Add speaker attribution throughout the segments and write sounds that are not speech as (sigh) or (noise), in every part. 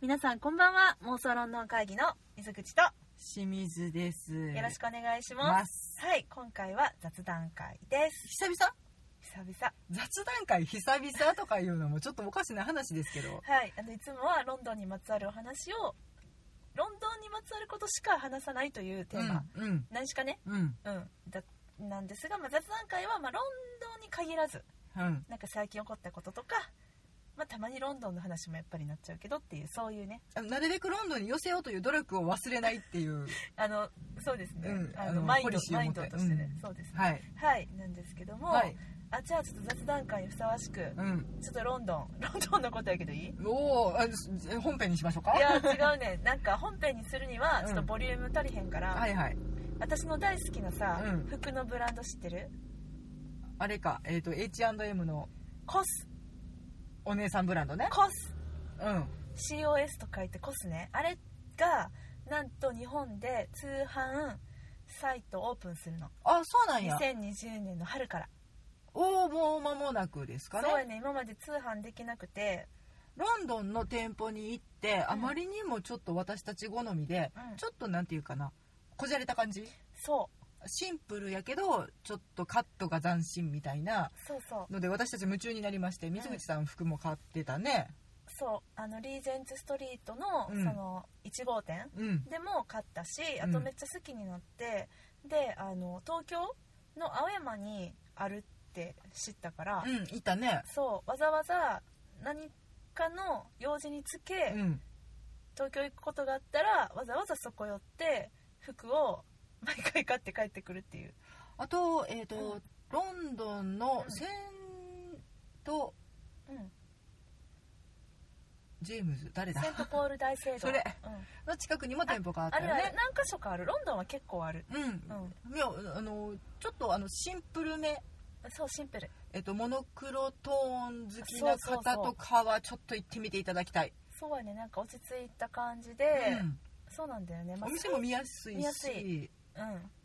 Speaker 1: 皆さんこんばんは妄想論論会議の水口とよ
Speaker 2: 清水です。よ
Speaker 1: ろし
Speaker 2: く
Speaker 1: くお願いします、
Speaker 2: ます。
Speaker 1: はい今回は雑談会です
Speaker 2: 久々
Speaker 1: 久々
Speaker 2: 雑談会久々とかいうのもちょっとおかしな話ですけど。
Speaker 1: はいあのいつもはロンドンにまつわるお話をロンドンにまつわることしか話さないというテーマ、
Speaker 2: うん
Speaker 1: 何しかね
Speaker 2: うんうん
Speaker 1: うんだなんですが、まあ、雑談会は、まあ、ロンドンに限らず
Speaker 2: うん
Speaker 1: なんか最近起こったこととか、まあ、たまにロンドンの話もやっぱりなっちゃうけどっていうそういうね
Speaker 2: あの。なるべくロンドンに寄せようという努力を忘れないっていう。
Speaker 1: あのそうですね、
Speaker 2: うん
Speaker 1: あ
Speaker 2: あ
Speaker 1: の
Speaker 2: の
Speaker 1: マイン
Speaker 2: ポ
Speaker 1: ド
Speaker 2: リシーを
Speaker 1: マイン
Speaker 2: 持て
Speaker 1: ドとしてね、
Speaker 2: うん
Speaker 1: そうですね
Speaker 2: はい。
Speaker 1: はいなんですけども、
Speaker 2: はい。
Speaker 1: あじゃあちょっと雑談会にふさわしく
Speaker 2: うん。
Speaker 1: ちょっとロンドン (laughs) ロンドンのことやけどいい
Speaker 2: おーあす本編にしましょうか。
Speaker 1: いや違うねなんか本編にするには
Speaker 2: うん
Speaker 1: ちょっとボリューム足りへんから、
Speaker 2: はいはい。
Speaker 1: 私の大好きなさ、
Speaker 2: うん
Speaker 1: 服のブランド知ってる
Speaker 2: あれか、えっ、と、H&M の
Speaker 1: コス
Speaker 2: お姉さんブランドね。
Speaker 1: コス
Speaker 2: うん。
Speaker 1: COS と書いてコスねあれがなんと日本で通販サイトオープンするの
Speaker 2: あ、そうなんや。
Speaker 1: 2020年の春から
Speaker 2: おー、もう間もなくですかね。
Speaker 1: そうやね今まで通販できなくて、
Speaker 2: ロンドンの店舗に行って、あまりにもちょっと私たち好みで、
Speaker 1: うん
Speaker 2: ちょっとなんていうかなこじゃれた感じ
Speaker 1: そう
Speaker 2: シンプルやけどちょっとカットが斬新みたいな
Speaker 1: そうそう
Speaker 2: ので私たち夢中になりまして水口さん服も買ってたね
Speaker 1: そうあのリージェンツストリートの,、
Speaker 2: うん
Speaker 1: その1号店
Speaker 2: うん
Speaker 1: でも買ったしあ
Speaker 2: う
Speaker 1: と
Speaker 2: ん
Speaker 1: めっちゃ好きになって、であの東京の青山にあるって知ったから、
Speaker 2: うんいたね
Speaker 1: そうわざわざ何かの用事につけ、
Speaker 2: うん
Speaker 1: 東京行くことがあったらわざわざそこ寄って服を毎回買って帰ってくるっていう
Speaker 2: あとえっ、と、
Speaker 1: う
Speaker 2: ロンドンの
Speaker 1: うん
Speaker 2: セント
Speaker 1: うん
Speaker 2: ジェームズ誰だ
Speaker 1: セントポール大聖堂
Speaker 2: それ
Speaker 1: うん、
Speaker 2: の近くにも店舗があっ
Speaker 1: あ
Speaker 2: たよ
Speaker 1: るある
Speaker 2: ね
Speaker 1: 何か所かあるロンドンは結構ある
Speaker 2: うんいやあのちょっとあのシンプルめ
Speaker 1: そうシンプル
Speaker 2: えっと、モノクロトーン好きな
Speaker 1: そうそう
Speaker 2: 方
Speaker 1: そう
Speaker 2: とかはちょっと行ってみていただきたい
Speaker 1: そうはねなんか落ち着いた感じで、
Speaker 2: うん
Speaker 1: そうなんだよね、まあ
Speaker 2: お店も見やすいし
Speaker 1: 見やすいうん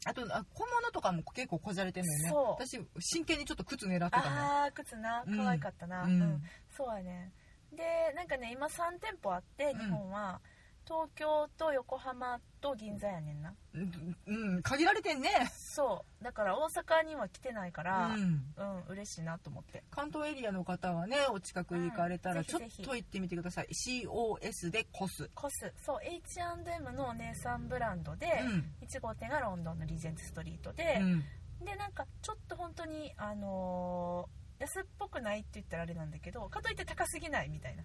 Speaker 2: あとあ小物とかも結構こじゃれてんのよね私真剣にちょっと靴狙ってたの
Speaker 1: ああ靴な
Speaker 2: うん
Speaker 1: 可愛かったな、
Speaker 2: う
Speaker 1: うん
Speaker 2: ん
Speaker 1: そうやねでなんかね今3店舗あって
Speaker 2: ん
Speaker 1: 日本は、東京と横浜と銀座やねんな
Speaker 2: うん、うん限られてんね、
Speaker 1: そうだから大阪には来てないか
Speaker 2: う
Speaker 1: ら
Speaker 2: ん、
Speaker 1: うん、嬉しいなと思って
Speaker 2: 関東エリアの方はねお近くに行かれた
Speaker 1: う
Speaker 2: ら
Speaker 1: ん
Speaker 2: ちょっ
Speaker 1: ぜひぜひ
Speaker 2: と行ってみてください、COS でコス、
Speaker 1: コスそう H&M のお姉さんブランドで、
Speaker 2: うん
Speaker 1: 1号店がロンドンのリージェンツストリートで、
Speaker 2: うん
Speaker 1: でなんかちょっと本当にあのー安っぽくないって言ったらあれなんだけどかといって高すぎないみたいな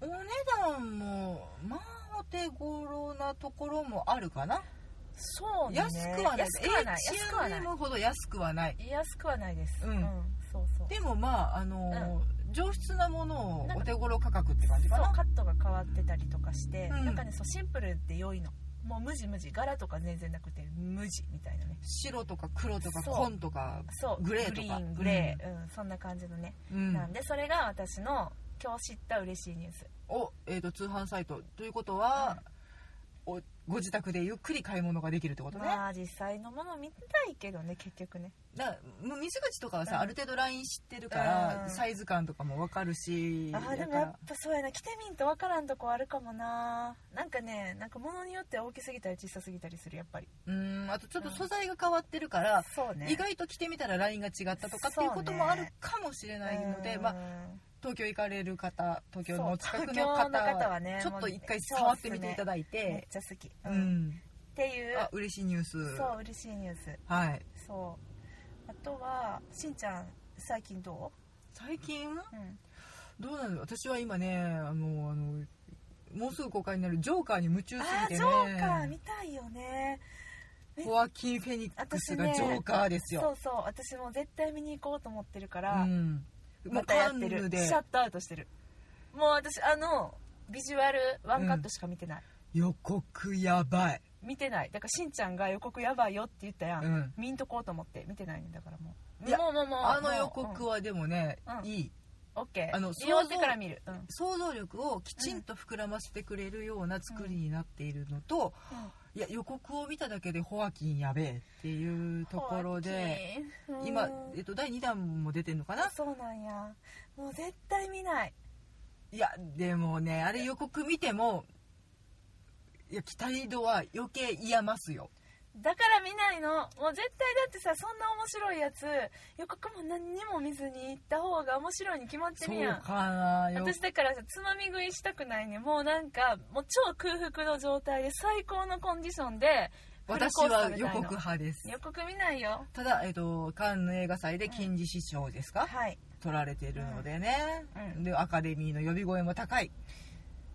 Speaker 2: お値段もまあお手頃なところもあるかな、
Speaker 1: そうね
Speaker 2: 安くはない
Speaker 1: 安くはない安くはない
Speaker 2: H&M ほど安くはない
Speaker 1: 安くはないです
Speaker 2: うん
Speaker 1: そうそう
Speaker 2: でもまああのー上質なものをお手頃価格って感じか
Speaker 1: そう
Speaker 2: な
Speaker 1: カットが変わってたりとかして、
Speaker 2: うん
Speaker 1: なんかねそうシンプルで良いのもう無地無地柄とか全然なくて無地みたいなね
Speaker 2: 白とか黒とか
Speaker 1: そう
Speaker 2: 紺とか
Speaker 1: そう
Speaker 2: グレー
Speaker 1: グ
Speaker 2: とか
Speaker 1: リーングレー、うんそんな感じのね、
Speaker 2: うん
Speaker 1: なんでそれが私の今日知った嬉しいニュース
Speaker 2: を、えー、と通販サイトということは、おご自宅でゆっくり買い物ができるってことね、
Speaker 1: まあ実際のもの見たいけどね結局ね
Speaker 2: だもう水口とかはさ、
Speaker 1: うん
Speaker 2: ある程度ライン知ってるから、
Speaker 1: うん
Speaker 2: サイズ感とかも分かるし
Speaker 1: あーで
Speaker 2: だ
Speaker 1: も
Speaker 2: か
Speaker 1: や
Speaker 2: ら
Speaker 1: っぱそうやな来てみんとわからんとこあるかもななんかねなんか物によっては大きすぎたり小さすぎたりするやっぱり
Speaker 2: うんあとちょっと素材が変わってるから、
Speaker 1: そうね
Speaker 2: 意外と着てみたらラインが違ったとかっていうこともあるかもしれないので、
Speaker 1: うん
Speaker 2: まあ、東京行かれる方東京
Speaker 1: そ
Speaker 2: の
Speaker 1: う
Speaker 2: お近く
Speaker 1: 東京
Speaker 2: の
Speaker 1: の
Speaker 2: 方
Speaker 1: 方は
Speaker 2: は
Speaker 1: ね
Speaker 2: ちょっと一
Speaker 1: もう
Speaker 2: 回
Speaker 1: ね
Speaker 2: 触ってみていただい、
Speaker 1: めってちゃ好き、
Speaker 2: う
Speaker 1: うん
Speaker 2: ん
Speaker 1: っていう
Speaker 2: あ嬉しいニュース
Speaker 1: そう嬉しいニュース
Speaker 2: はい
Speaker 1: そうあとはしんちゃん最近ど
Speaker 2: 最近
Speaker 1: う、うん、
Speaker 2: どうなの私は今ねあのあのもうすぐ公開になるジョーカーに夢中す
Speaker 1: あ
Speaker 2: ぎてね
Speaker 1: ジョーカー見たいよね
Speaker 2: ホアキン・フェニックスがジョーカーです
Speaker 1: そ
Speaker 2: よ、
Speaker 1: うそう私も絶対見に行こうと思ってるか
Speaker 2: う
Speaker 1: ら、
Speaker 2: んも
Speaker 1: ま
Speaker 2: う
Speaker 1: た
Speaker 2: カ
Speaker 1: や
Speaker 2: ン
Speaker 1: ってる
Speaker 2: ヌ
Speaker 1: シ
Speaker 2: で
Speaker 1: ャットアウトしてるもう私あのビジュアルワンカットしか見てない、
Speaker 2: 予告やばい、
Speaker 1: 見てないだからしんちゃんが予告やばいよって言ったやん、
Speaker 2: うん、
Speaker 1: 見んとこうと思って見てないねだからもう
Speaker 2: いや
Speaker 1: もうもうもう
Speaker 2: あの予告
Speaker 1: は、
Speaker 2: はでもね、
Speaker 1: うん
Speaker 2: いい
Speaker 1: うん、オッケー
Speaker 2: あの
Speaker 1: 見終わってから見る、うん
Speaker 2: 想像力をきちんと膨らませてくれるような作りになっているのと、いや予告を見ただけでホアキンやべえっていうところで
Speaker 1: ホアキン
Speaker 2: 今
Speaker 1: う、ん
Speaker 2: えっと、第2弾も出てんのかな
Speaker 1: あそうなんやもう絶対見ない
Speaker 2: いやでもねあれ予告見てもいや期待度は余計いやますよ
Speaker 1: だから見ないのもう絶対だってさそんな面白いやつ予告も何にも見ずに行った方が面白いに決まって
Speaker 2: そ
Speaker 1: る
Speaker 2: う
Speaker 1: やん
Speaker 2: かなよ
Speaker 1: 私だからさつまみ食いしたくないねもうなんかもう超空腹の状態で最高のコンディションでフル
Speaker 2: 私
Speaker 1: コース
Speaker 2: は
Speaker 1: 食べ
Speaker 2: 予
Speaker 1: たいの
Speaker 2: 告派です
Speaker 1: 予告見ないよ
Speaker 2: ただ、えっとカンヌ映画祭で金獅子賞ですか、
Speaker 1: はい
Speaker 2: 取られてるのでね、
Speaker 1: うん
Speaker 2: でアカデミーの呼び声も高い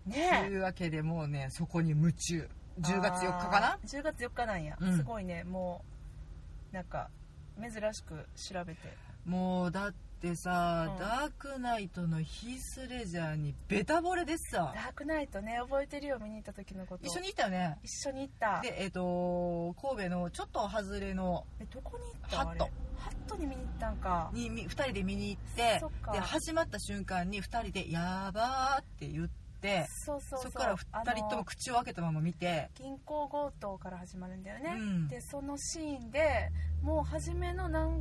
Speaker 2: と
Speaker 1: ね
Speaker 2: いうわけでもうねそこに夢中
Speaker 1: え
Speaker 2: 10月4日かな
Speaker 1: あー10月4日なんや、
Speaker 2: うん
Speaker 1: すごいねもうなんか珍しく調べて
Speaker 2: もうだってさ、
Speaker 1: うん
Speaker 2: ダークナイトのヒースレジャーにベタ惚れですさ
Speaker 1: ダークナイトね覚えてるよ見に行った時のこと
Speaker 2: 一緒に行ったよね
Speaker 1: 一緒に行った
Speaker 2: でえっ、と神戸のちょっと外れの
Speaker 1: えどこに行った
Speaker 2: ハット
Speaker 1: あれハットに見に行ったんか
Speaker 2: に2人で見に行って
Speaker 1: そっか
Speaker 2: で始まった瞬間に2人で「やばー」って言って
Speaker 1: そうそうそう
Speaker 2: そこから2人とも
Speaker 1: あの
Speaker 2: 口を開けたまま見て
Speaker 1: 銀行強盗から始まるんだよね、
Speaker 2: うん
Speaker 1: でそのシーンでもう初めの何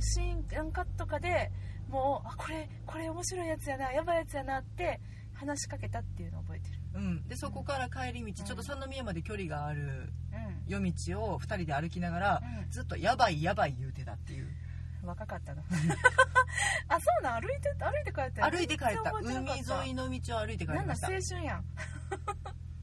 Speaker 1: シーン何カットかでもうあこれこれ面白いやつやなやばいやつやなって話しかけたっていうのを覚えてる
Speaker 2: うん、でそこから帰り道ちょっと三宮まで距離がある
Speaker 1: う
Speaker 2: 夜道を2人で歩きながら
Speaker 1: ん、
Speaker 2: ずっと「やばいやばい」言うてたっていう
Speaker 1: うん、若かったの (laughs) あそうなん歩いて歩いて帰ったよ
Speaker 2: 歩いて帰った
Speaker 1: 全然覚えてなかった
Speaker 2: 海沿いの道を歩いて帰
Speaker 1: な
Speaker 2: り
Speaker 1: んだ
Speaker 2: ました
Speaker 1: 青
Speaker 2: い
Speaker 1: 春やん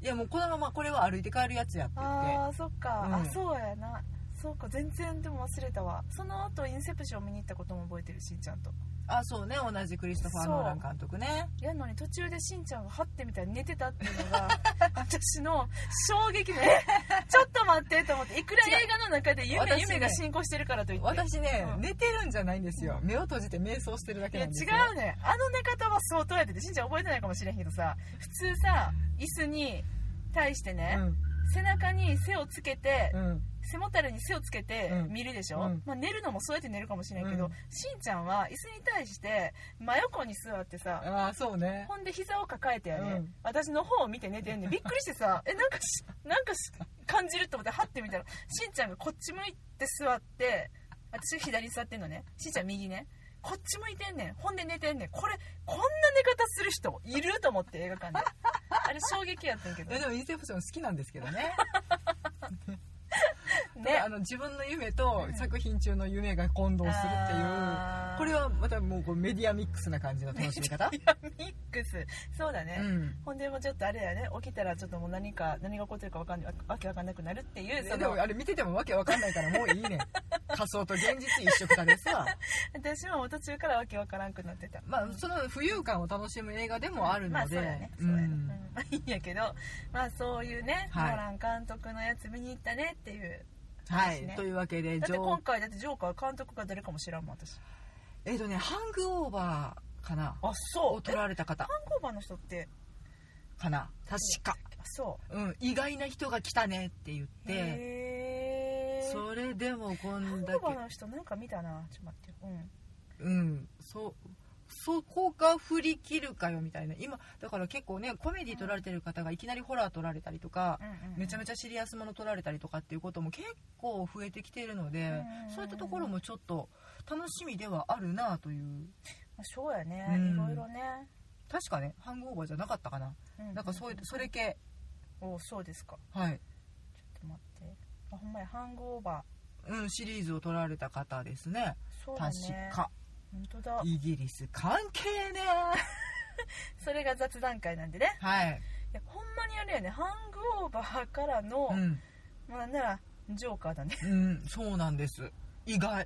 Speaker 2: やもうこのままこれは歩いて帰るやつやって言って
Speaker 1: あーそっか、
Speaker 2: うん
Speaker 1: あそうやなそうか全然でも忘れたわその後インセプション見に行ったことも覚えてるしんちゃんと
Speaker 2: あそうね同じクリストファー・ノーラン監督ね
Speaker 1: やのに途中でしんちゃんがはってみたら寝てたっていうの
Speaker 2: (laughs)
Speaker 1: が私の衝撃でちょっと待ってと思っていくら映画の中で夢,、
Speaker 2: 私ね
Speaker 1: 夢が進行してるからといって
Speaker 2: 私ね、
Speaker 1: うん
Speaker 2: 寝てるんじゃないんですよ目を閉じて瞑想してるだ
Speaker 1: い
Speaker 2: け
Speaker 1: や
Speaker 2: な
Speaker 1: 違
Speaker 2: んですよ
Speaker 1: うねあの寝方は相当やっててしんちゃん覚えてないかもしれんけどさ普通さ椅子に対してね、背中に背をつけて、
Speaker 2: うんうん
Speaker 1: 背もたれに背をつけて
Speaker 2: うん
Speaker 1: 見るでしょ、
Speaker 2: うん
Speaker 1: まあ、寝るのもそうやって寝るかもしれんけど、
Speaker 2: うん
Speaker 1: しんちゃんは椅子に対して真横に座ってさ、
Speaker 2: ああそうね
Speaker 1: ほんで膝を抱えてやね、
Speaker 2: うん
Speaker 1: 私の方を見て寝て
Speaker 2: (laughs)
Speaker 1: んでびっくりしてさえなんかしなんかし感じると思ってはってみたらしんちゃんがこっち向いて座って私左に座ってんのねしんちゃん右ねこっち向いてんねんほんで寝てんねんこれこんな寝方する人いると思って映画館であれ衝撃やったんやけ
Speaker 2: い
Speaker 1: ど
Speaker 2: (laughs) やでもインセプション好きなんで
Speaker 1: (laughs)
Speaker 2: すけどね
Speaker 1: ね
Speaker 2: あの自分の夢と作品中の夢が混同するっていうこれ
Speaker 1: は
Speaker 2: はまたもうこうメディアミックスな感じの楽し
Speaker 1: (laughs)
Speaker 2: み方
Speaker 1: いやミックスそうだね、
Speaker 2: うん
Speaker 1: ほんでもうちょっとあれだよね起きたらちょっともう何か何が起こってるかわかんないわけわかんなくなるっていう
Speaker 2: で
Speaker 1: そ
Speaker 2: で
Speaker 1: の
Speaker 2: もあれ見ててもわけわかんないからもういい
Speaker 1: (laughs)
Speaker 2: ね仮想と現実一緒くたですわ
Speaker 1: 私はもう途中からわけわからんくなってた
Speaker 2: まあその浮遊感を楽しむ映画でもある
Speaker 1: ま
Speaker 2: の
Speaker 1: あそう
Speaker 2: で
Speaker 1: やねそうやね、うんまあいいんやけどまあそういうね、
Speaker 2: はい
Speaker 1: ノーラン監督のやつ見に行ったねっていう
Speaker 2: は
Speaker 1: そうです
Speaker 2: い
Speaker 1: ね
Speaker 2: というわけで
Speaker 1: だって
Speaker 2: 上
Speaker 1: 今回だってジョーカー監督が誰かも知らんもん私
Speaker 2: えっ、とねハングオーバーかな
Speaker 1: あ
Speaker 2: を
Speaker 1: そえ
Speaker 2: 取られた方
Speaker 1: ハンコーバーの人って
Speaker 2: かな確か、
Speaker 1: あそ
Speaker 2: うん、意外な人が来たねって言っ
Speaker 1: う
Speaker 2: て
Speaker 1: へえ
Speaker 2: それでもこ
Speaker 1: ハン
Speaker 2: ん
Speaker 1: コ
Speaker 2: だ
Speaker 1: ー
Speaker 2: け
Speaker 1: バーの人なんか見たなちょっと待ってようん
Speaker 2: うん、そうそこが振り切るかよみたいな今だから結構ねコメディ撮られてる方がいきなりホラー撮られたりとか、
Speaker 1: うんうん
Speaker 2: めちゃめちゃシリアスもの撮られたりとかっていうことも結構増えてきているので、
Speaker 1: うん
Speaker 2: そういったところもちょっと楽しみではあるなという
Speaker 1: まあそうやね、
Speaker 2: うん
Speaker 1: いろいろね、
Speaker 2: 確かねハングオーバーじゃなかったかな、なんかそういうそれ系
Speaker 1: おそうですか
Speaker 2: はい、
Speaker 1: ちょっと待ってあほんまやハングオーバ
Speaker 2: うん、シリーズを撮られた方ですね
Speaker 1: ーそうだ
Speaker 2: 確
Speaker 1: ね
Speaker 2: か
Speaker 1: 本当だ
Speaker 2: イギリス関係ね
Speaker 1: それが雑談会なんでね
Speaker 2: はい、
Speaker 1: いやほんまにあれやねハングオーバーからの、
Speaker 2: うん
Speaker 1: まあなんならジョーカーだね
Speaker 2: うん、そうなんです意外
Speaker 1: へ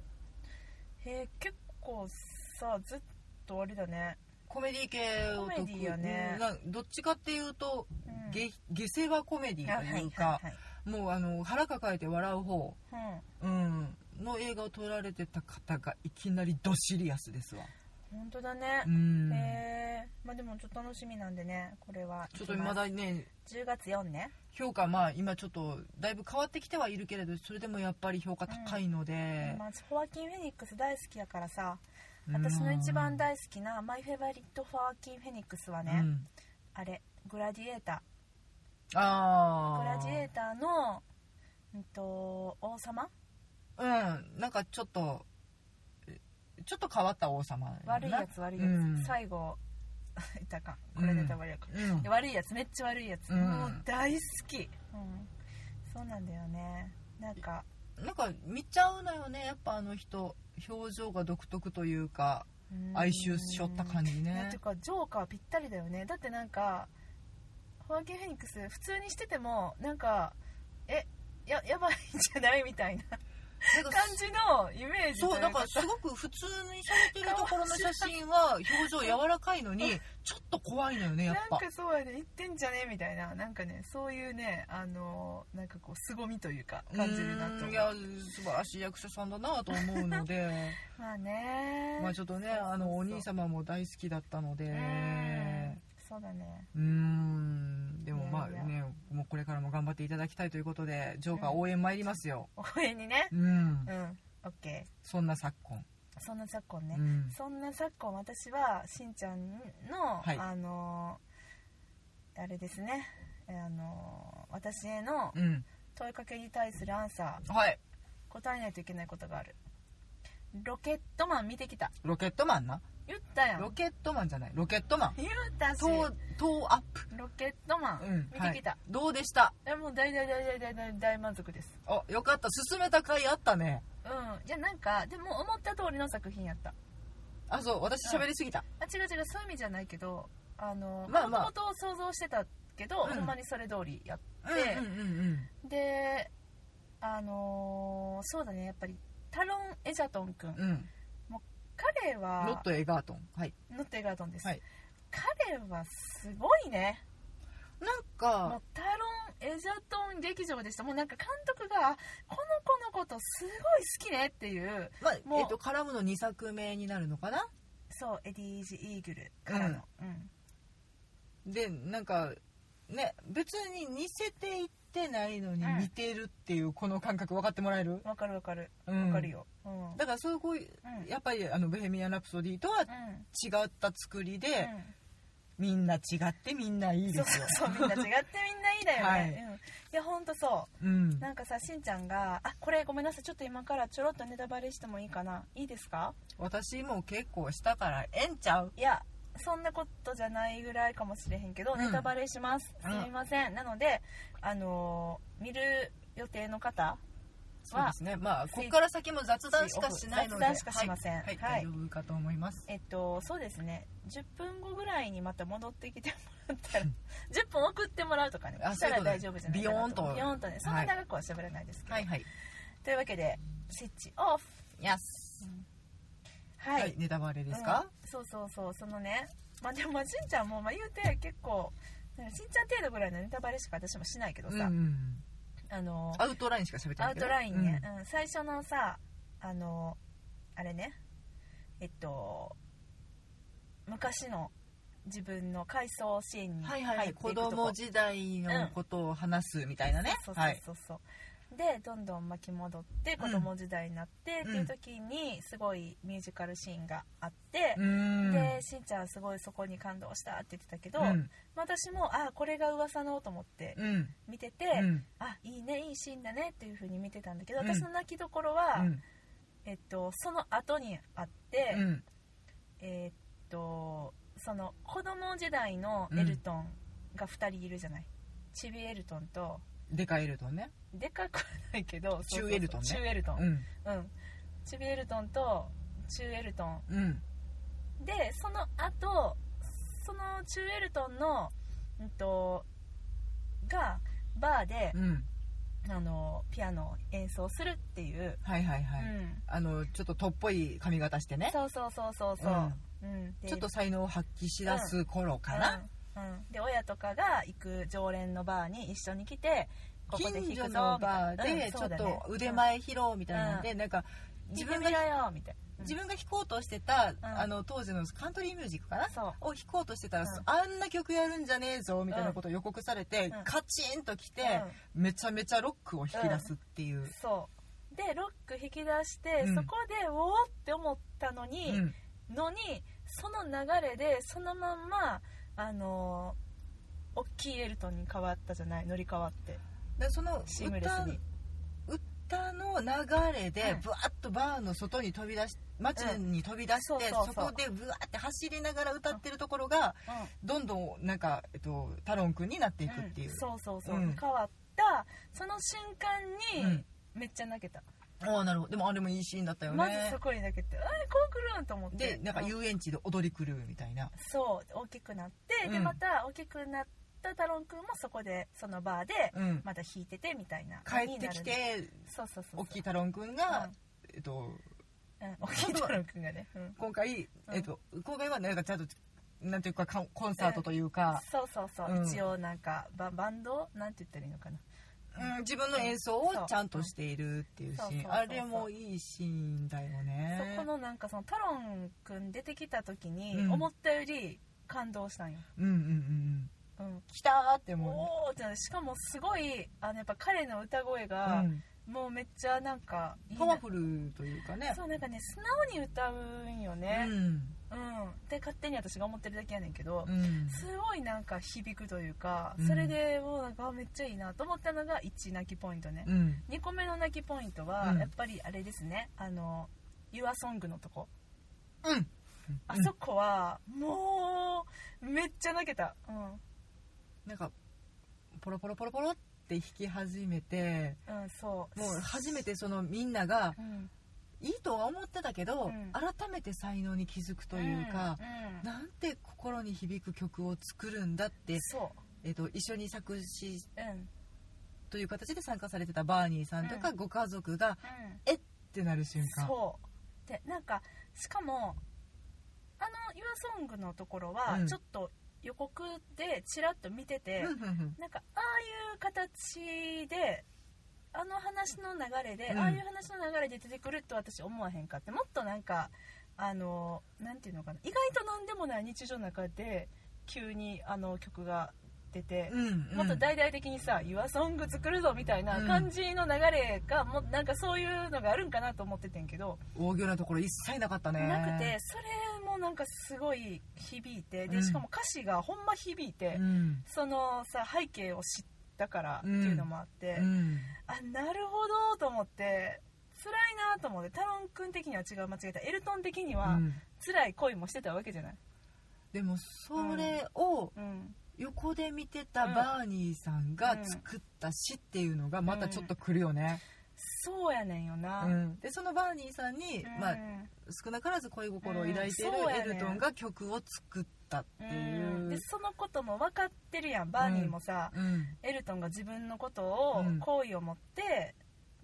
Speaker 1: え結構さずっとあれだね、
Speaker 2: コメディ系を
Speaker 1: コメディやね
Speaker 2: うんなどっちかっていうと、
Speaker 1: うん
Speaker 2: げ下世話コメディというか、
Speaker 1: はいはい
Speaker 2: もうあの腹抱えて笑う方、
Speaker 1: はいはい
Speaker 2: うん、の映画を撮られてた方がいきなりドシリアスですわ、
Speaker 1: うん本当だね
Speaker 2: う、ん、
Speaker 1: へえまあでもちょっと楽しみなんでねこれは
Speaker 2: ちょっとまだね
Speaker 1: 10月4ね
Speaker 2: 評価まあ今ちょっとだいぶ変わってきてはいるけれどそれでもやっぱり評価高いので、
Speaker 1: まあ、ホワキン・フェニックス大好きやからさ
Speaker 2: うん
Speaker 1: 私の一番大好きなマイ・フェバリット・ホワキン・フェニックスはね、
Speaker 2: うん
Speaker 1: あれグラディエーター
Speaker 2: あ
Speaker 1: グ
Speaker 2: あ
Speaker 1: ラディエーターの、うん、と王様
Speaker 2: うんなんかちょっとちょっと変わった王様
Speaker 1: 悪いや
Speaker 2: な
Speaker 1: つ悪いやつ、
Speaker 2: うん
Speaker 1: 最後 (laughs) 言ったらあかんこれネタバレやから、
Speaker 2: うん
Speaker 1: で悪いやつめっちゃ悪いやつ、
Speaker 2: うん
Speaker 1: もう大好き、うん、そうなんだよねなんか
Speaker 2: なんか見ちゃうのよねやっぱあの人表情が独特というか
Speaker 1: うん
Speaker 2: 哀愁しょった感じ
Speaker 1: いや
Speaker 2: ね
Speaker 1: てかジョーカーぴったりだよねだってなんかホワキン・フェニックス普通にしててもなんかえややばいんじゃないみたいな
Speaker 2: なんか
Speaker 1: 感じのイメージとい
Speaker 2: そうなんか
Speaker 1: か
Speaker 2: すごく普通にされてるところの写真は表情柔らかい
Speaker 1: (laughs)
Speaker 2: のにちょっと怖いのよねやっ
Speaker 1: なん
Speaker 2: ぱ
Speaker 1: かそうやね言ってんじゃねみたいななんかねそういうねあのなんかこう凄みというか感じるなと思
Speaker 2: うん
Speaker 1: う
Speaker 2: いや素晴らしい役者さんだなと思う
Speaker 1: (laughs)
Speaker 2: ので
Speaker 1: まあね
Speaker 2: まあちょっとねあのお兄様も大好きだったので
Speaker 1: うんそうだね
Speaker 2: うーんでもまあ
Speaker 1: いやいや
Speaker 2: ねもうこれからも頑張っていただきたいということでジョーカー応援参りますよ
Speaker 1: 応援にね
Speaker 2: うん
Speaker 1: うんオッケ
Speaker 2: そんな昨今
Speaker 1: ーそんな昨今ね、
Speaker 2: うん
Speaker 1: そんな昨今私はしんちゃんの、
Speaker 2: はい
Speaker 1: あのあれですねえあの私への
Speaker 2: うん
Speaker 1: 問いかけに対するアンサー
Speaker 2: はい
Speaker 1: 答えないといけないことがあるロケットマン見てきた
Speaker 2: ロケットマンな
Speaker 1: 言ったやん
Speaker 2: ロケットマンじゃないロケットマン
Speaker 1: 言ったし
Speaker 2: トートーアップ
Speaker 1: ロケットマン、
Speaker 2: うん
Speaker 1: 見てきた、
Speaker 2: はいどうでした
Speaker 1: えもう大大大大大大大満足です
Speaker 2: あよかった進めた回あったね
Speaker 1: うんいやなんかでも思った通りの作品やった
Speaker 2: あそう私喋りすぎた
Speaker 1: あ違う違うそういう意味じゃないけどあの
Speaker 2: まあまあ
Speaker 1: もともと想像してたけど、
Speaker 2: うん
Speaker 1: ほんまにそれ通りやっ
Speaker 2: うん
Speaker 1: で
Speaker 2: うんうん
Speaker 1: であのーそうだねやっぱりタロン・エジャトン君、
Speaker 2: うんうん
Speaker 1: 彼は
Speaker 2: ロット・エガートンはい
Speaker 1: ノットエガートンです、
Speaker 2: はい
Speaker 1: 彼はすごいね
Speaker 2: なん
Speaker 1: も
Speaker 2: か
Speaker 1: うタロン・エジャトン劇場でしたもうなんか監督があこの子のことすごい好きねっていう
Speaker 2: まあ
Speaker 1: もう
Speaker 2: えっと絡むの2作目になるのかな
Speaker 1: そうエディージ・イーグルからの、うん
Speaker 2: でなんかね別に似せていってないのに
Speaker 1: うん
Speaker 2: 似てるっていうこの感覚分かってもらえる
Speaker 1: わかるわかる
Speaker 2: うん
Speaker 1: わかるようん、うん
Speaker 2: だからそういうこういう
Speaker 1: うん
Speaker 2: やっぱりあの「ボヘミアン・ラプソディ」とは違った作りで、みんな違ってみんないい
Speaker 1: そ
Speaker 2: で
Speaker 1: う
Speaker 2: す
Speaker 1: そ
Speaker 2: よ
Speaker 1: うそうみんな違ってみんないいだよね、
Speaker 2: はい
Speaker 1: うん、いやほんとそう
Speaker 2: うん
Speaker 1: なんかさしんちゃんが「あこれごめんなさいちょっと今からちょろっとネタバレしてもいいかないいですか?
Speaker 2: 私も結構したからええんちゃう」
Speaker 1: いやそんなことじゃないぐらいかもしれへんけど、
Speaker 2: うん
Speaker 1: ネタバレしますす
Speaker 2: うん
Speaker 1: みません、なのであのー見る予定の方
Speaker 2: そうですねまあここから先も雑談しかしないの
Speaker 1: 雑
Speaker 2: で
Speaker 1: 談しかしません
Speaker 2: はい、
Speaker 1: はい
Speaker 2: はい大丈夫かと思います
Speaker 1: えっとそうですね10分後ぐらいにまた戻ってきてもらったら10分送ってもらうとかね
Speaker 2: あ
Speaker 1: した
Speaker 2: そうい
Speaker 1: ら
Speaker 2: うことね
Speaker 1: 大丈夫じゃないかな
Speaker 2: ビヨーンと
Speaker 1: ビヨーンとねそんな長くは喋らないですけど、
Speaker 2: はいはい
Speaker 1: というわけでスイッチオフ
Speaker 2: やす
Speaker 1: は、
Speaker 2: はいいネタバレですか、
Speaker 1: うんそうそうそうそのねまあでもまあしんちゃんも、まあ、言うて結構なんかしんちゃん程度ぐらいのネタバレしか私もしないけど
Speaker 2: う
Speaker 1: さ、
Speaker 2: んうん
Speaker 1: あの
Speaker 2: アウトラインしか喋って
Speaker 1: ア
Speaker 2: ない
Speaker 1: ウ
Speaker 2: けど
Speaker 1: トラインね、うん最初のさあのあれねえっと昔の自分の回想シーン
Speaker 2: うん
Speaker 1: に
Speaker 2: は
Speaker 1: 入
Speaker 2: い
Speaker 1: っ
Speaker 2: はい、
Speaker 1: て
Speaker 2: はいい、
Speaker 1: くとこ
Speaker 2: 子供時代のことを話すみたいなね、
Speaker 1: そうそう
Speaker 2: はい
Speaker 1: そうそう、でどんどん巻き戻って子供時代になって、
Speaker 2: う
Speaker 1: っ
Speaker 2: ん
Speaker 1: ていう時にすごいミュージカルシーンがあって、
Speaker 2: うーん
Speaker 1: でしんちゃんすごいそこに感動したって言ってたけど、
Speaker 2: うん
Speaker 1: まあ私もあこれが噂のと思って
Speaker 2: うん
Speaker 1: 見てて、
Speaker 2: うん
Speaker 1: あいいねいいシーンだねっていう風に見てたんだけど
Speaker 2: うん
Speaker 1: 私の泣きどころは、
Speaker 2: うん
Speaker 1: えっと、その後にあって、
Speaker 2: うん
Speaker 1: えっとその子供時代のエルトンが2人いるじゃない、チビエルトンと
Speaker 2: でかいエルトンね
Speaker 1: でかくはないけどそうそうそう
Speaker 2: 中エルトンね
Speaker 1: 中エルトン、
Speaker 2: うん
Speaker 1: うんチビエルトンと中エルトン
Speaker 2: うん
Speaker 1: でその後そのチューエルトンの、うん、とがバーで
Speaker 2: う、ん
Speaker 1: あのピアノを演奏するっていう、
Speaker 2: はいはいはい、
Speaker 1: うん、
Speaker 2: あのちょっととっぽい髪型してね
Speaker 1: そうそうそうそうそう、うんで
Speaker 2: ちょっと才能を発揮しだす頃かな、、
Speaker 1: うんうんで親とかが行く常連のバーに一緒に来てここで弾くぞ
Speaker 2: 近所のバー
Speaker 1: みたい
Speaker 2: で
Speaker 1: な
Speaker 2: ちょっ
Speaker 1: うんそうだね
Speaker 2: と腕前披露みたいなんで、なんか
Speaker 1: うん
Speaker 2: 自
Speaker 1: 弾いて
Speaker 2: 分
Speaker 1: み
Speaker 2: が
Speaker 1: ろよみたいな
Speaker 2: 自分が弾こうとしてた、
Speaker 1: ん
Speaker 2: あの当時のカントリーミュージックかな
Speaker 1: そう
Speaker 2: を弾こうとしてたら、
Speaker 1: うん
Speaker 2: あんな曲やるんじゃねえぞみたいなことを予告されて、
Speaker 1: うん
Speaker 2: カチンときて、めちゃめちゃロックを引き出すっていう
Speaker 1: うん、そうでロック引き出して、
Speaker 2: うん
Speaker 1: そこでおおって思ったのに、
Speaker 2: うん
Speaker 1: のにその流れでそのまんまあのー大きいエルトンに変わったじゃない乗り換わって
Speaker 2: でその
Speaker 1: シームレスに
Speaker 2: 歌歌の流れ
Speaker 1: は
Speaker 2: で
Speaker 1: い
Speaker 2: ブワッとバーの外に飛び出し街に飛び出して、
Speaker 1: うんそうそうそ
Speaker 2: そうこでブワッて走りながら歌ってるところがどんどんなんか、えっと、タロン君になっていくっていう、
Speaker 1: うんそうそうそう、
Speaker 2: うん
Speaker 1: 変わったその瞬間
Speaker 2: う
Speaker 1: に
Speaker 2: ん
Speaker 1: めっちゃ泣けた、
Speaker 2: ああなるほどでもあれもいいシーンだったよね
Speaker 1: まずそこに泣けて「あれこう来るん?」と思って
Speaker 2: でなんか
Speaker 1: う
Speaker 2: 遊園地で踊り狂うみたいな
Speaker 1: そう大きくなって、で
Speaker 2: うん
Speaker 1: また大きくなった太郎くんもそこでそのバーで
Speaker 2: うん
Speaker 1: また弾いててみたいな
Speaker 2: 帰っ
Speaker 1: に
Speaker 2: てき
Speaker 1: なる
Speaker 2: て
Speaker 1: そうそうそうそう
Speaker 2: 大きいタロン君が、えっと、
Speaker 1: うん、大きい太郎くんがね、うん、
Speaker 2: 今回、
Speaker 1: うん
Speaker 2: えっと、今回はなんかちゃんとなんていうかかコンサートというか、
Speaker 1: そうそうそう、
Speaker 2: うん
Speaker 1: 一応なんかババンドなんて言ったらいいのかな
Speaker 2: うん自分の演奏をちゃんとしているっていうシ
Speaker 1: そうそう
Speaker 2: ー
Speaker 1: そう
Speaker 2: ンあれもいいシーンだよ
Speaker 1: そ
Speaker 2: ね
Speaker 1: このなんかそのタロンくん出てきた時に
Speaker 2: うん
Speaker 1: 思ったより感動したんよ、
Speaker 2: うんうんうんうん
Speaker 1: うん、
Speaker 2: 来たーっても
Speaker 1: おおってなるしかもすごいあのやっぱ彼の歌声
Speaker 2: う、
Speaker 1: が
Speaker 2: うん
Speaker 1: もうめっちゃなんかいいな
Speaker 2: パワフルというかね
Speaker 1: そうなんかね素直に歌うんよね
Speaker 2: うん
Speaker 1: うん、で勝手に私が思ってるだけやねんけど、
Speaker 2: うん
Speaker 1: すごいなんか響くというか、
Speaker 2: うん
Speaker 1: それでもうなんかあめっちゃいいなと思ったのが1泣きポイントね、
Speaker 2: うん
Speaker 1: 2個目の泣きポイントは、
Speaker 2: うん
Speaker 1: やっぱりあれですねあの YourSong のとこ
Speaker 2: うん
Speaker 1: あそこは、もうめっちゃ泣けたう
Speaker 2: なんかポロポロポロポロって弾き始めて
Speaker 1: ん、うん、そう
Speaker 2: もう初めてそのみんなが
Speaker 1: うん、
Speaker 2: いいとは思ってたけど、
Speaker 1: うん
Speaker 2: 改めて才能に気づくというか、
Speaker 1: うんうん
Speaker 2: なんて心に響く曲を作るんだって、
Speaker 1: そ
Speaker 2: えっと一緒に作詞
Speaker 1: ううん
Speaker 2: という形で参加されてたバーニーさんとか
Speaker 1: うん
Speaker 2: ご家族が
Speaker 1: う
Speaker 2: ってなる瞬
Speaker 1: ん
Speaker 2: 間
Speaker 1: そうでなんかしかもあの YourSong のところは、
Speaker 2: うん
Speaker 1: ちょっと予告でちらっと見てて、
Speaker 2: うんうんうん
Speaker 1: なんかああいう形であの話の流れで、
Speaker 2: うん
Speaker 1: ああいう話の流れで出てくると私思わへんかってもっとなんかあのなんていうのかな意外と何でもない日常の中で急にあの曲が出て、
Speaker 2: うんうん
Speaker 1: もっと大々的にさ「ユアソング作るぞ」みたいな感じの流れが、もうなんかそういうのがあるんかなと思っててんけど、
Speaker 2: 大行なところ一切なかったね
Speaker 1: なくてそれもなんかすごい響いて
Speaker 2: う
Speaker 1: で
Speaker 2: ん
Speaker 1: しかも歌詞がほんま響いて。
Speaker 2: うん
Speaker 1: そのさ背景を知ったからっていうのもあって、
Speaker 2: うん
Speaker 1: あなるほどと思って辛いなと思ってタロン君的には違う間違えたエルトン的に
Speaker 2: う
Speaker 1: は
Speaker 2: ん
Speaker 1: 辛い恋もしてたわけじゃない、
Speaker 2: でもそれを
Speaker 1: うん、
Speaker 2: 横で見てたバーニーさんが作った詩っていうのがまたちょっとくるよね、
Speaker 1: そうやねんよな、
Speaker 2: うんでそのバーニーさんに、
Speaker 1: うん
Speaker 2: まあ、少なからず恋心を抱いている
Speaker 1: うんそうや
Speaker 2: エ
Speaker 1: ね
Speaker 2: ルトンが曲を作ったって
Speaker 1: う
Speaker 2: い
Speaker 1: んで
Speaker 2: う、
Speaker 1: そのことも分かってるやんバーニーもさ、
Speaker 2: うん
Speaker 1: エルトンが自分のことを
Speaker 2: うん
Speaker 1: 好意を持って、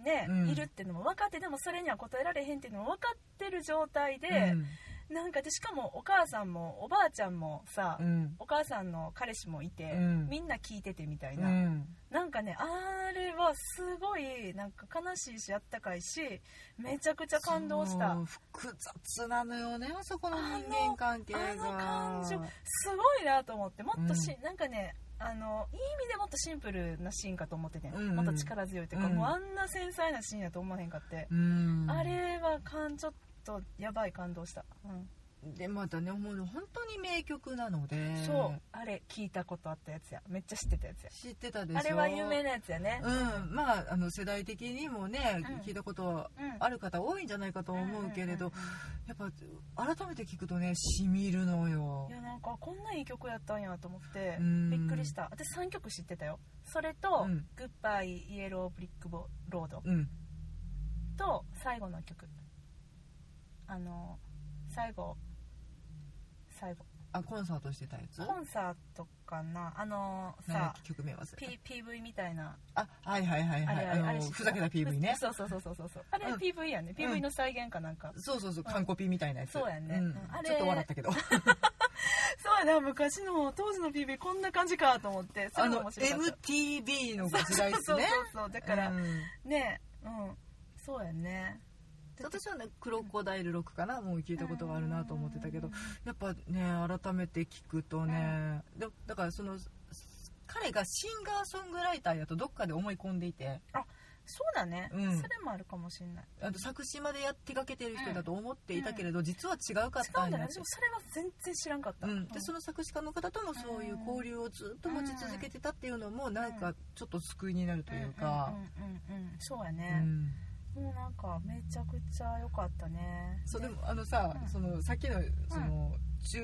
Speaker 1: ね
Speaker 2: うん
Speaker 1: いるってのも分かってでもそれには応えられへんっていうのも分かってる状態で、なんかでしかもお母さんもおばあちゃんもさ、
Speaker 2: うん
Speaker 1: お母さんの彼氏もいて、
Speaker 2: うん
Speaker 1: みんな聞いててみたいうな、
Speaker 2: ん
Speaker 1: なんかねあれはすごいなんか悲しいしあったかいしめちゃくちゃ感動した
Speaker 2: その複雑なのよねあそこの人間関係が
Speaker 1: あの感情すごいなと思ってもっとし、なんかねあのいい意味でもっとシンプルなシーンかと思ってて、
Speaker 2: うんうん
Speaker 1: もっと力強いというか、
Speaker 2: うん
Speaker 1: もうあんな繊細なシーンやと思わへんかって、
Speaker 2: うん
Speaker 1: あれはかんちょっとやばい感動した、うん
Speaker 2: でまたねもう本当に名曲なので
Speaker 1: そうあれ聞いたことあったやつやめっちゃ知ってたやつや
Speaker 2: 知ってたでしょ
Speaker 1: あれは有名なやつやね
Speaker 2: うんまああの世代的にもね、
Speaker 1: うん
Speaker 2: 聞いたこと
Speaker 1: うん
Speaker 2: ある方多いんじゃないかと思うけ
Speaker 1: ん
Speaker 2: れど、
Speaker 1: んうんうん
Speaker 2: やっぱ改めて聞くとねしみるのよ
Speaker 1: いやなんかこんないい曲やったんやと思って
Speaker 2: うん
Speaker 1: びっくりした私3曲知ってたよそれと「
Speaker 2: うん
Speaker 1: グッバイイエローブリックボロード
Speaker 2: うん」
Speaker 1: と最後の曲あの最後最後
Speaker 2: あコンサートしてたやつ
Speaker 1: コンサートかなあの
Speaker 2: 何だ
Speaker 1: さ
Speaker 2: っけ曲名忘れた、
Speaker 1: P PV みたいな
Speaker 2: あはいはいはい
Speaker 1: あ
Speaker 2: は
Speaker 1: れ
Speaker 2: い
Speaker 1: あれあれ
Speaker 2: の
Speaker 1: 知ってた
Speaker 2: ふざけた PV ね
Speaker 1: そうそうそうそうそうそうあれ
Speaker 2: うん
Speaker 1: PV やね PV の再現かなんか
Speaker 2: そうそうそう完コピみたいなやつ
Speaker 1: そうやね
Speaker 2: ん
Speaker 1: うんあれ
Speaker 2: ちょっと笑ったけど
Speaker 1: そうやな昔の当時の PV こんな感じかと思ってそ
Speaker 2: あ
Speaker 1: れも
Speaker 2: の
Speaker 1: 面白かった
Speaker 2: MTV の時代です
Speaker 1: そうそう
Speaker 2: ね
Speaker 1: そうだから
Speaker 2: うん
Speaker 1: ねうんそうやね
Speaker 2: 私はね「クロコダイルロック」かなもう聞いたことがあるなと思ってたけどやっぱね改めて聞くとねでだからその彼がシンガーソングライターやとどっかで思い込んでいて
Speaker 1: そうだね、
Speaker 2: うん
Speaker 1: それもあるかもしれない
Speaker 2: あの作詞までや手がけてる人だと思っていたけれど実は違うかっ
Speaker 1: 違
Speaker 2: た
Speaker 1: うん
Speaker 2: ん
Speaker 1: だね
Speaker 2: だって
Speaker 1: でもそれは全然知らんかった、
Speaker 2: うん、でその作詞家の方ともそういう交流をずっと持ち続けてたっていうのもなんかちょっと救いになるというか
Speaker 1: うんうんうんうんそうや
Speaker 2: う
Speaker 1: ね、
Speaker 2: ん
Speaker 1: もうなんかめちゃくちゃ良かったね
Speaker 2: そうでもあのさ、
Speaker 1: うん
Speaker 2: そのさっきのその、中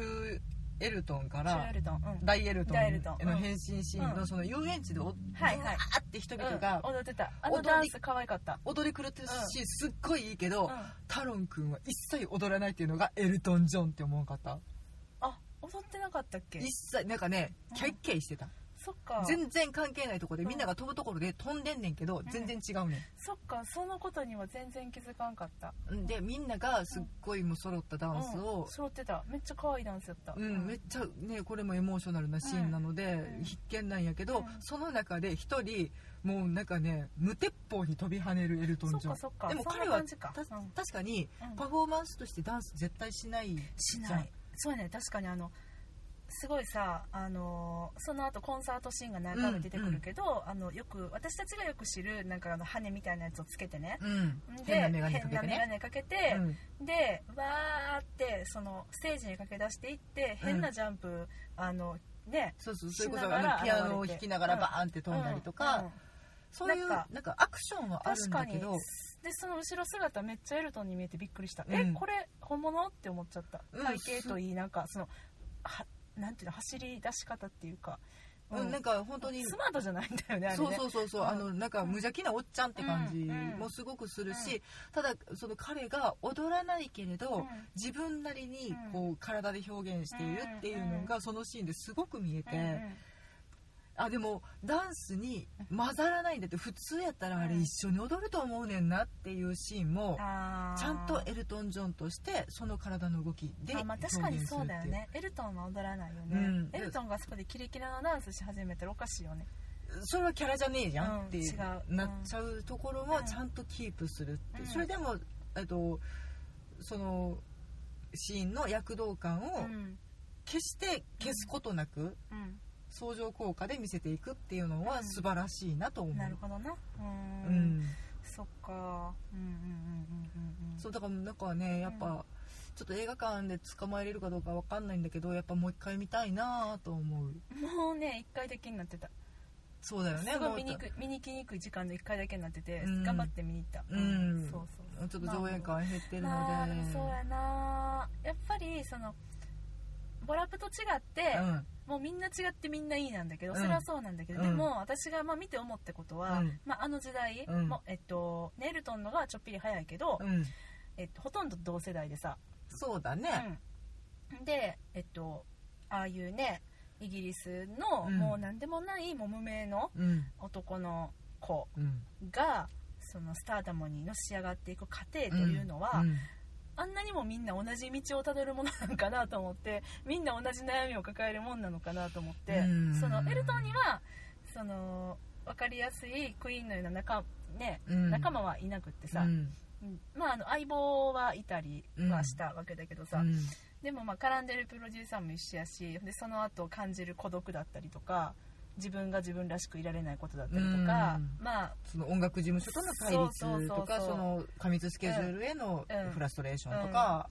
Speaker 2: エルトンか
Speaker 1: シュエ
Speaker 2: ら
Speaker 1: ルトンうん
Speaker 2: 大エルトン
Speaker 1: 大エルトン
Speaker 2: の変身シーン
Speaker 1: う
Speaker 2: の
Speaker 1: ん
Speaker 2: その遊園地でお、わ
Speaker 1: はいはい
Speaker 2: ーって人々が
Speaker 1: うん踊ってたあ
Speaker 2: 踊
Speaker 1: の
Speaker 2: り
Speaker 1: ダンス可愛かった
Speaker 2: 踊り狂ってるし、すっごいいいけど、
Speaker 1: うん
Speaker 2: タロン君は一切踊らないっていうのがエルトン・ジョンって思わんかった
Speaker 1: あ踊ってなかったっけ
Speaker 2: 一切なんかね
Speaker 1: うん
Speaker 2: キャッキャイしてた、
Speaker 1: そっか
Speaker 2: 全然関係ないとこでみんなが飛ぶところで飛んでんねんけど、
Speaker 1: ん
Speaker 2: 全然違うねん
Speaker 1: そっかそのことには全然気づかんかった
Speaker 2: でみんながすっごいもう揃ったダンス
Speaker 1: う
Speaker 2: を
Speaker 1: ん、揃ってためっちゃ可愛いダンスやった
Speaker 2: うんめっちゃねこれもエモーショナルなシーンなので、
Speaker 1: うん
Speaker 2: 必見なんやけど、
Speaker 1: うん
Speaker 2: その中で一人もうなんかね無鉄砲に飛び跳ねるエルト
Speaker 1: そ
Speaker 2: ン・
Speaker 1: っ
Speaker 2: ジョ
Speaker 1: か
Speaker 2: ン
Speaker 1: そっか
Speaker 2: でも
Speaker 1: そんな
Speaker 2: 彼は
Speaker 1: 感じか
Speaker 2: た
Speaker 1: うんうん
Speaker 2: 確かにパフォーマンスとしてダンス絶対しない
Speaker 1: し
Speaker 2: じゃ
Speaker 1: なんいそうやね確かにあのすごいさあのーその後コンサートシーンが何回も出てくるけど、あのよく私たちがよく知るなんかあの羽みたいなやつをつけてね
Speaker 2: うん
Speaker 1: で
Speaker 2: 変な眼鏡か
Speaker 1: 変
Speaker 2: け
Speaker 1: な眼
Speaker 2: てね
Speaker 1: 鏡かけて、
Speaker 2: うん
Speaker 1: でわーってそのステージに駆け出していって変なジャンプ、あのね
Speaker 2: そうそうそれこ
Speaker 1: し
Speaker 2: そ
Speaker 1: な
Speaker 2: あ
Speaker 1: がら
Speaker 2: のピアノを
Speaker 1: 現れ
Speaker 2: 弾
Speaker 1: て
Speaker 2: きながら
Speaker 1: うん
Speaker 2: バーンって飛んだりとか、
Speaker 1: うんうん
Speaker 2: そういう
Speaker 1: なん
Speaker 2: な
Speaker 1: か
Speaker 2: んかアクションはある
Speaker 1: 確
Speaker 2: ん
Speaker 1: か
Speaker 2: だ
Speaker 1: に
Speaker 2: けど
Speaker 1: でその後ろ姿めっちゃエルトンに見えてびっくりした、
Speaker 2: う
Speaker 1: え
Speaker 2: ん
Speaker 1: これ本物って思っちゃった
Speaker 2: うん
Speaker 1: 体型といいなんかそのはなんていうの走り出し方っていうか、
Speaker 2: うんなんか本当に
Speaker 1: スマートじゃないんだよねあれね
Speaker 2: そうそうそうそう、
Speaker 1: うん
Speaker 2: あのなんか無邪気なおっちゃんって感じ
Speaker 1: うん
Speaker 2: もすごくするし、ただその彼が踊らないけれど、
Speaker 1: うん
Speaker 2: 自分なりに
Speaker 1: うん
Speaker 2: こう体で表現しているっていうのがそのシーンですごく見えて、
Speaker 1: うんうん
Speaker 2: あでもダンスに混ざらないんだって普通やったらあれ
Speaker 1: うん
Speaker 2: 一緒に踊ると思うねんなっていうシーンも
Speaker 1: あー
Speaker 2: ちゃんとエルトン・ジョンとしてその体の動きで
Speaker 1: あまあ
Speaker 2: 表現す
Speaker 1: 確か
Speaker 2: るってい
Speaker 1: に
Speaker 2: う
Speaker 1: そうだよねエルトンは踊らないよね、
Speaker 2: うん
Speaker 1: エルトンがそこでキレキレのダンスし始めたらおかしいよね
Speaker 2: それはキャラじゃねえじゃんって
Speaker 1: うん違う
Speaker 2: なっちゃうところはちゃんとキープするって、
Speaker 1: うん
Speaker 2: それでもえっとそのシーンの躍動感
Speaker 1: う
Speaker 2: を
Speaker 1: ん
Speaker 2: 決して消すことなく
Speaker 1: うん
Speaker 2: 相乗効果で見せていくっていうのは
Speaker 1: うん
Speaker 2: 素晴らしいなと思う、
Speaker 1: なるほどなうーん
Speaker 2: うん、
Speaker 1: そっかうんうんうんうんうんうん
Speaker 2: そうだからなんかねやっぱ、
Speaker 1: う
Speaker 2: ちょっと映画館で捕まえれるかどうかわかんないんだけどやっぱもう一回見たいなと思う
Speaker 1: もうね1回だけになってた
Speaker 2: そうだよね
Speaker 1: す
Speaker 2: も
Speaker 1: ご
Speaker 2: う
Speaker 1: い見にくい見に来にくい時間の1回だけになってて、
Speaker 2: うん
Speaker 1: 頑張って見に行った、
Speaker 2: うん
Speaker 1: そうそう
Speaker 2: ちょっと上演感減ってるので、
Speaker 1: まあでもそうやなやっぱりそのボラップと違って、
Speaker 2: うん
Speaker 1: もうみんな違ってみんないいなんだけど、
Speaker 2: うん
Speaker 1: それはそうなんだけど、
Speaker 2: うん
Speaker 1: でも私がまあ見て思ったことは、
Speaker 2: うん
Speaker 1: まあ、あの時代
Speaker 2: うん
Speaker 1: も、えっと、ネルトンのがちょっぴり早いけど、
Speaker 2: うん、
Speaker 1: えっと、ほとんど同世代でさ、
Speaker 2: そうだね、
Speaker 1: うん、で、えっと、ああいうねイギリスの、
Speaker 2: うん
Speaker 1: もう何でもないもう無名の
Speaker 2: うん
Speaker 1: 男の子
Speaker 2: うん
Speaker 1: がそのスターダムにのし上がっていく過程というのは、
Speaker 2: うん
Speaker 1: あんなにもみんな同じ道をたどるものなんかなと思ってみんな同じ悩みを抱えるもんなのかなと思って、
Speaker 2: うん
Speaker 1: そのエルトンにはその分かりやすいクイーンのような仲,、ね、
Speaker 2: うん
Speaker 1: 仲間はいなくってさ、
Speaker 2: うん
Speaker 1: うんまあ、あの相棒はいたりはしたわけだけどさ、
Speaker 2: うん
Speaker 1: でもまあ絡んでるプロデューサーも一緒やしでその後感じる孤独だったりとか自分が自分らしくいられないことだったりとか、
Speaker 2: う
Speaker 1: まあ
Speaker 2: その音楽事務所との対立とか
Speaker 1: そうそうそうそう
Speaker 2: その過密スケジュールへの
Speaker 1: うん
Speaker 2: フラストレーションとか、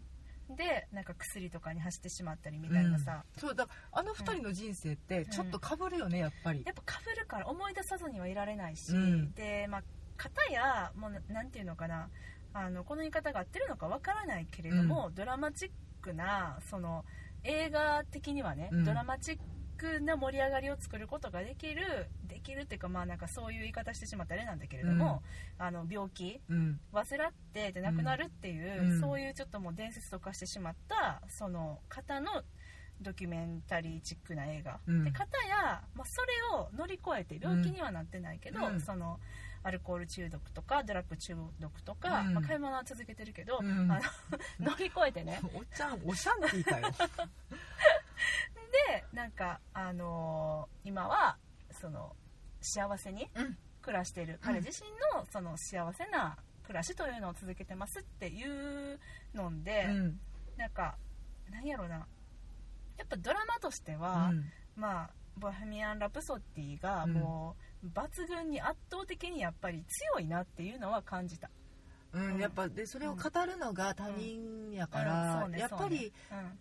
Speaker 1: でなんか薬とかに走ってしまったりみたいなさ、
Speaker 2: そうだあの二人の人生ってちょっとかぶるよねやっぱり
Speaker 1: やっぱかぶるから思い出さずにはいられないし、
Speaker 2: うん
Speaker 1: でまあ片やもうななんていうのかなあのこの言い方が合ってるのかわからないけれども、ドラマチックなその映画的にはね、
Speaker 2: うん
Speaker 1: ドラマチックな盛り上がりを作ることができるできるっていうかまあなんかそういう言い方してしまったらあれなんだけれども、あの病気
Speaker 2: うん
Speaker 1: 患ってで亡くなるっていう、
Speaker 2: うん
Speaker 1: そういうちょっともう伝説と化してしまったその方のドキュメンタリーチックな映画、
Speaker 2: うん
Speaker 1: で方や、まあ、それを乗り越えて病気にはなってないけど、
Speaker 2: うん
Speaker 1: そのアルコール中毒とかドラッグ中毒とか、
Speaker 2: うん
Speaker 1: まあ、買い物は続けてるけど、
Speaker 2: うん
Speaker 1: あの乗り越えてね
Speaker 2: おっちゃんおしゃんっていいかよ
Speaker 1: (laughs) でなんか、あのー今はその幸せに
Speaker 2: うん
Speaker 1: 暮らしている、彼自身のその幸せな暮らしというのを続けてますっていうので、
Speaker 2: うん
Speaker 1: なんかなんやろなやっぱドラマとして
Speaker 2: う
Speaker 1: は、
Speaker 2: ん
Speaker 1: まあ「ボヘミアン・ラプソディ」が
Speaker 2: うん
Speaker 1: もう抜群に圧倒的にやっぱり強いなっていうのは感じた、
Speaker 2: うんやっぱでそれを語るのが他人やから、
Speaker 1: うんそうね
Speaker 2: やっぱり
Speaker 1: うん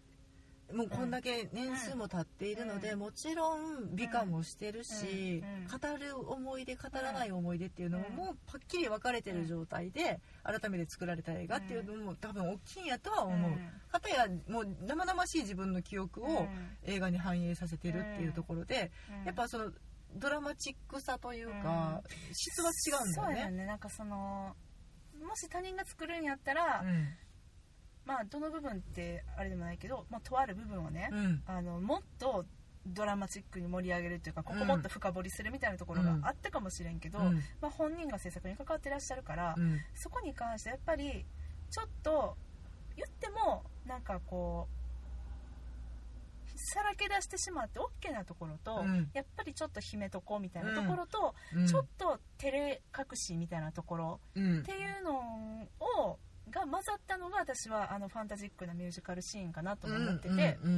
Speaker 2: もうこんだけ年数も経っているので、
Speaker 1: うん
Speaker 2: もちろん美化もしてるし、
Speaker 1: うんうん
Speaker 2: 語る思い出語らない思い出っていうのも
Speaker 1: うん
Speaker 2: もうはっきり分かれてる状態で改めて作られた映画っていうのも多分大きいんやとは思う。かたやもう生々しい自分の記憶
Speaker 1: うん
Speaker 2: を映画に反映させてるっていうところで、
Speaker 1: うん
Speaker 2: やっぱそのドラマチックさというか、質は違うんだよ
Speaker 1: そうや
Speaker 2: ね。
Speaker 1: ねなんかそのもし他人が作るんやったら、まあどの部分ってあれでもないけど、まあ、とある部分をね
Speaker 2: う、んうん
Speaker 1: あのもっとドラマチックに盛り上げるというかここもっと深掘りするみたいなところがあったかもしれんけど、
Speaker 2: うん
Speaker 1: まあ、本人が制作に関わってらっしゃるから、
Speaker 2: うん
Speaker 1: そこに関してやっぱりちょっと言ってもなんかこうさらけ出してしまって OK なところと、
Speaker 2: うん
Speaker 1: やっぱりちょっと秘めとこうみたいなところと、
Speaker 2: うん
Speaker 1: ちょっと照れ隠しみたいなところ
Speaker 2: うん
Speaker 1: っていうのをが混ざったのが私はあのファンタジックなミュージカルシーンかなとも思ってて、
Speaker 2: うんうん
Speaker 1: う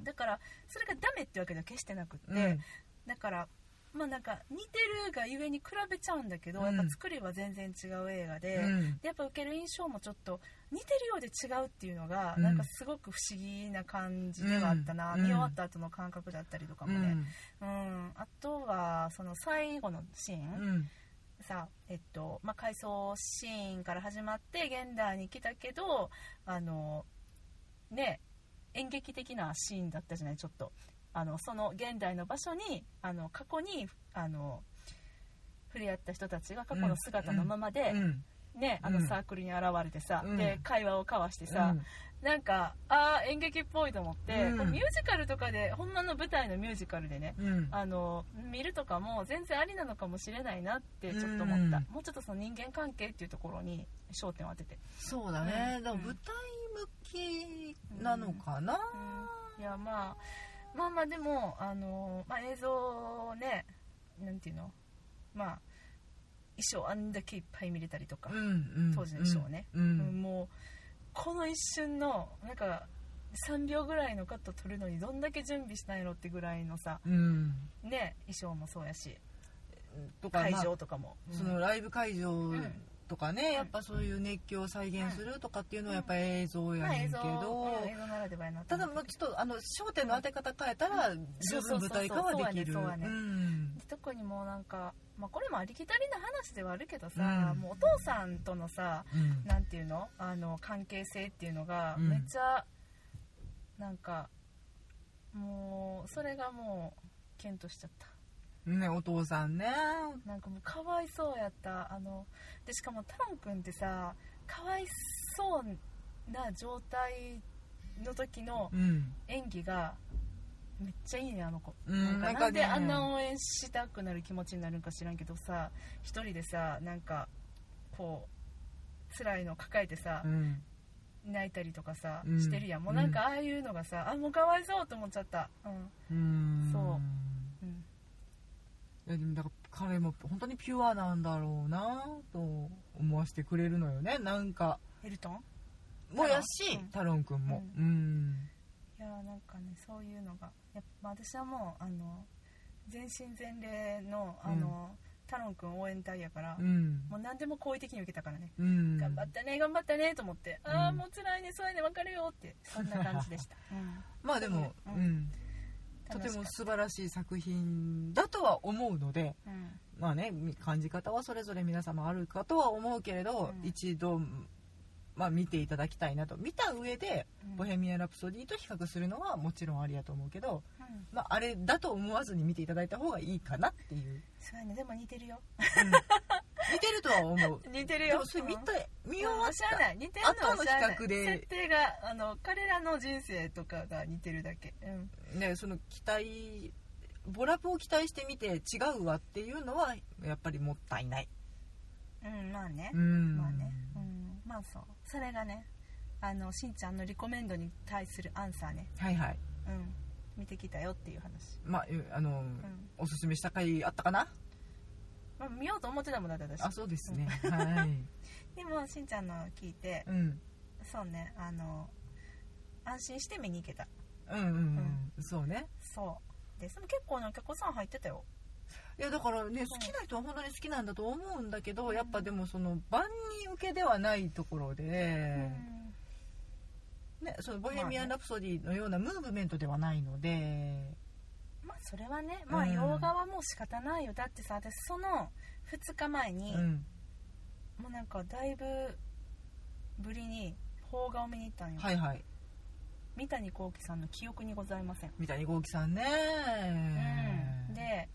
Speaker 1: んだからそれがダメってわけでは決してなくって、
Speaker 2: うんうん
Speaker 1: だからまあなんか似てるがゆえに比べちゃうんだけど、
Speaker 2: うん
Speaker 1: やっぱ作りは全然違う映画で、
Speaker 2: うん
Speaker 1: でやっぱ受ける印象もちょっと似てるようで違うっていうのが、
Speaker 2: うん
Speaker 1: なんかすごく不思議な感じではあったな、
Speaker 2: うん
Speaker 1: 見終わった後の感覚だったりとかもね、うんあとはその最後のシーン、
Speaker 2: うん
Speaker 1: さえっとまあ、回想シーンから始まって現代に来たけどあのね演劇的なシーンだったじゃないちょっとあのその現代の場所にあの過去にあの触れ合った人たちが過去の姿のままで、
Speaker 2: うん
Speaker 1: ね、あ
Speaker 2: う
Speaker 1: の
Speaker 2: ん
Speaker 1: サークルに現れてさ、
Speaker 2: うん
Speaker 1: で会話を交わしてさ、なんかああ演劇っぽいと思って、
Speaker 2: うん
Speaker 1: これミュージカルとかでほんまの舞台のミュージカルでね
Speaker 2: うん
Speaker 1: あの見るとかも全然ありなのかもしれないなってちょっと思った、
Speaker 2: うん
Speaker 1: もうちょっとその人間関係っていうところに焦点を当てて、
Speaker 2: そうだね、
Speaker 1: うん
Speaker 2: でも舞台向きなのかな、
Speaker 1: いやまあまあまあでもあの、まあ、映像をねなんていうのまあ衣装あんだけいっぱい見れたりとか
Speaker 2: うん、うん
Speaker 1: 当時の衣装ね
Speaker 2: うん
Speaker 1: うんもうこの一瞬のなんか3秒ぐらいのカット撮るのにどんだけ準備したいのってぐらいのさ
Speaker 2: うん
Speaker 1: ね衣装もそうやし
Speaker 2: とか、
Speaker 1: 会
Speaker 2: まあ
Speaker 1: 場とかも、
Speaker 2: そのライブ会場
Speaker 1: ん
Speaker 2: とかね、やっぱそういう熱狂を再現するとかっていうのはやっぱり映像や
Speaker 1: まあ
Speaker 2: ね
Speaker 1: 映
Speaker 2: んけ
Speaker 1: 像
Speaker 2: ど、
Speaker 1: うん映像ならではやなと思
Speaker 2: ただ
Speaker 1: うけど
Speaker 2: もうちょっとあの焦点の当て方変えたら十分舞台化はでき
Speaker 1: そうそうそうそうやね
Speaker 2: る
Speaker 1: そうやね
Speaker 2: ん
Speaker 1: で特にもうなんか、まあ、これもありきたりな話ではあるけどさ、
Speaker 2: うん
Speaker 1: もうお父さんとのさ
Speaker 2: うん
Speaker 1: なんていうのあの関係性っていうのが
Speaker 2: うん
Speaker 1: めっちゃ、なんかもうそれがもうキュンとしちゃった
Speaker 2: ねお父さんね
Speaker 1: なんかもうかわいそうやったあのでしかもタン君ってさかわいそうな状態の時の
Speaker 2: うん
Speaker 1: 演技がめっちゃいいねあの子、
Speaker 2: うん
Speaker 1: なんか
Speaker 2: なん
Speaker 1: な
Speaker 2: か
Speaker 1: ん
Speaker 2: ね
Speaker 1: であんな応援したくなる気持ちになるんか知らんけどさ一人でさなんかこう辛いの抱えてさ
Speaker 2: う、ん
Speaker 1: 泣いたりとかさ、
Speaker 2: うん
Speaker 1: してるやんもうなんかああいうのがさ、あもうかわいそうと思っちゃったうん
Speaker 2: うん
Speaker 1: そうん
Speaker 2: いやでもだから彼も本当にピュアなんだろうなと思わせてくれるのよねなんか
Speaker 1: エルトン
Speaker 2: もやし
Speaker 1: うん
Speaker 2: タロン君も
Speaker 1: う
Speaker 2: うん
Speaker 1: いやーなんかねそういうのがやっぱ私はもうあの全身全霊のあの、タロン君応援隊やから、
Speaker 2: うん
Speaker 1: もう何でも好意的に受けたからね
Speaker 2: うん
Speaker 1: 頑張ったね頑張ったねと思って、
Speaker 2: うん
Speaker 1: ああもう辛いねそうやね別れようってそんな感じで
Speaker 2: (laughs)
Speaker 1: した、
Speaker 2: まあでも
Speaker 1: う
Speaker 2: うんんと
Speaker 1: 楽
Speaker 2: て
Speaker 1: しかっ
Speaker 2: も素晴らしい作品だとは思うので
Speaker 1: たうん
Speaker 2: まあねみ感じ方はそれぞれ皆様あるかとは思うけれど、
Speaker 1: うん
Speaker 2: 一度、まあ、見ていただきたいなと見た上で
Speaker 1: う
Speaker 2: 「
Speaker 1: ん
Speaker 2: ボヘミアン・ラプソディ」と比較するのはもちろんありやと思うけど、
Speaker 1: うん
Speaker 2: まあ、あれだと思わずに見ていただいた方がいいかなっていう、
Speaker 1: そうやねでも似てるよ
Speaker 2: うん似てるとは思う
Speaker 1: 似てる
Speaker 2: で
Speaker 1: よ
Speaker 2: もそれ見た、見終
Speaker 1: うん
Speaker 2: わっ
Speaker 1: しゃあ
Speaker 2: た
Speaker 1: ない似てるのは
Speaker 2: 後の
Speaker 1: しゃあない
Speaker 2: 比較で
Speaker 1: 設定があの彼らの人生とかが似てるだけうん
Speaker 2: ねその期待ボラップを期待してみて違うわっていうのはやっぱりもったいない
Speaker 1: うんまあね、
Speaker 2: うん
Speaker 1: まあねうんまあそうそれがねあのしんちゃんのリコメンドに対するアンサーね
Speaker 2: はいはい
Speaker 1: うん見てきたよっていう話
Speaker 2: まあえあの、
Speaker 1: うん、
Speaker 2: おすすめした回あったかな
Speaker 1: まあ、見ようと思ってたもんだって私
Speaker 2: あそうですね (laughs) はい
Speaker 1: でもしんちゃんの聞いて
Speaker 2: うん
Speaker 1: そうねあの安心して見に行けた
Speaker 2: うんうんうん、そうね
Speaker 1: そうでその結構なお客さん入ってたよ
Speaker 2: いやだからね好きな人は本当に好きなんだと思うんだけど、やっぱでもその万人受けではないところで、
Speaker 1: うん
Speaker 2: ね、そのボヘミアン・ラプソディのようなムーブメントではないので、
Speaker 1: まあそれはねまあ
Speaker 2: うん
Speaker 1: 洋画はもう仕方ないよだってさ私その2日前に、
Speaker 2: うん
Speaker 1: もうなんかだいぶぶりに邦画を見に行ったんよ、
Speaker 2: はいはい
Speaker 1: 三谷幸喜さんの記憶にございません、
Speaker 2: 三谷幸喜さんね、
Speaker 1: うん、で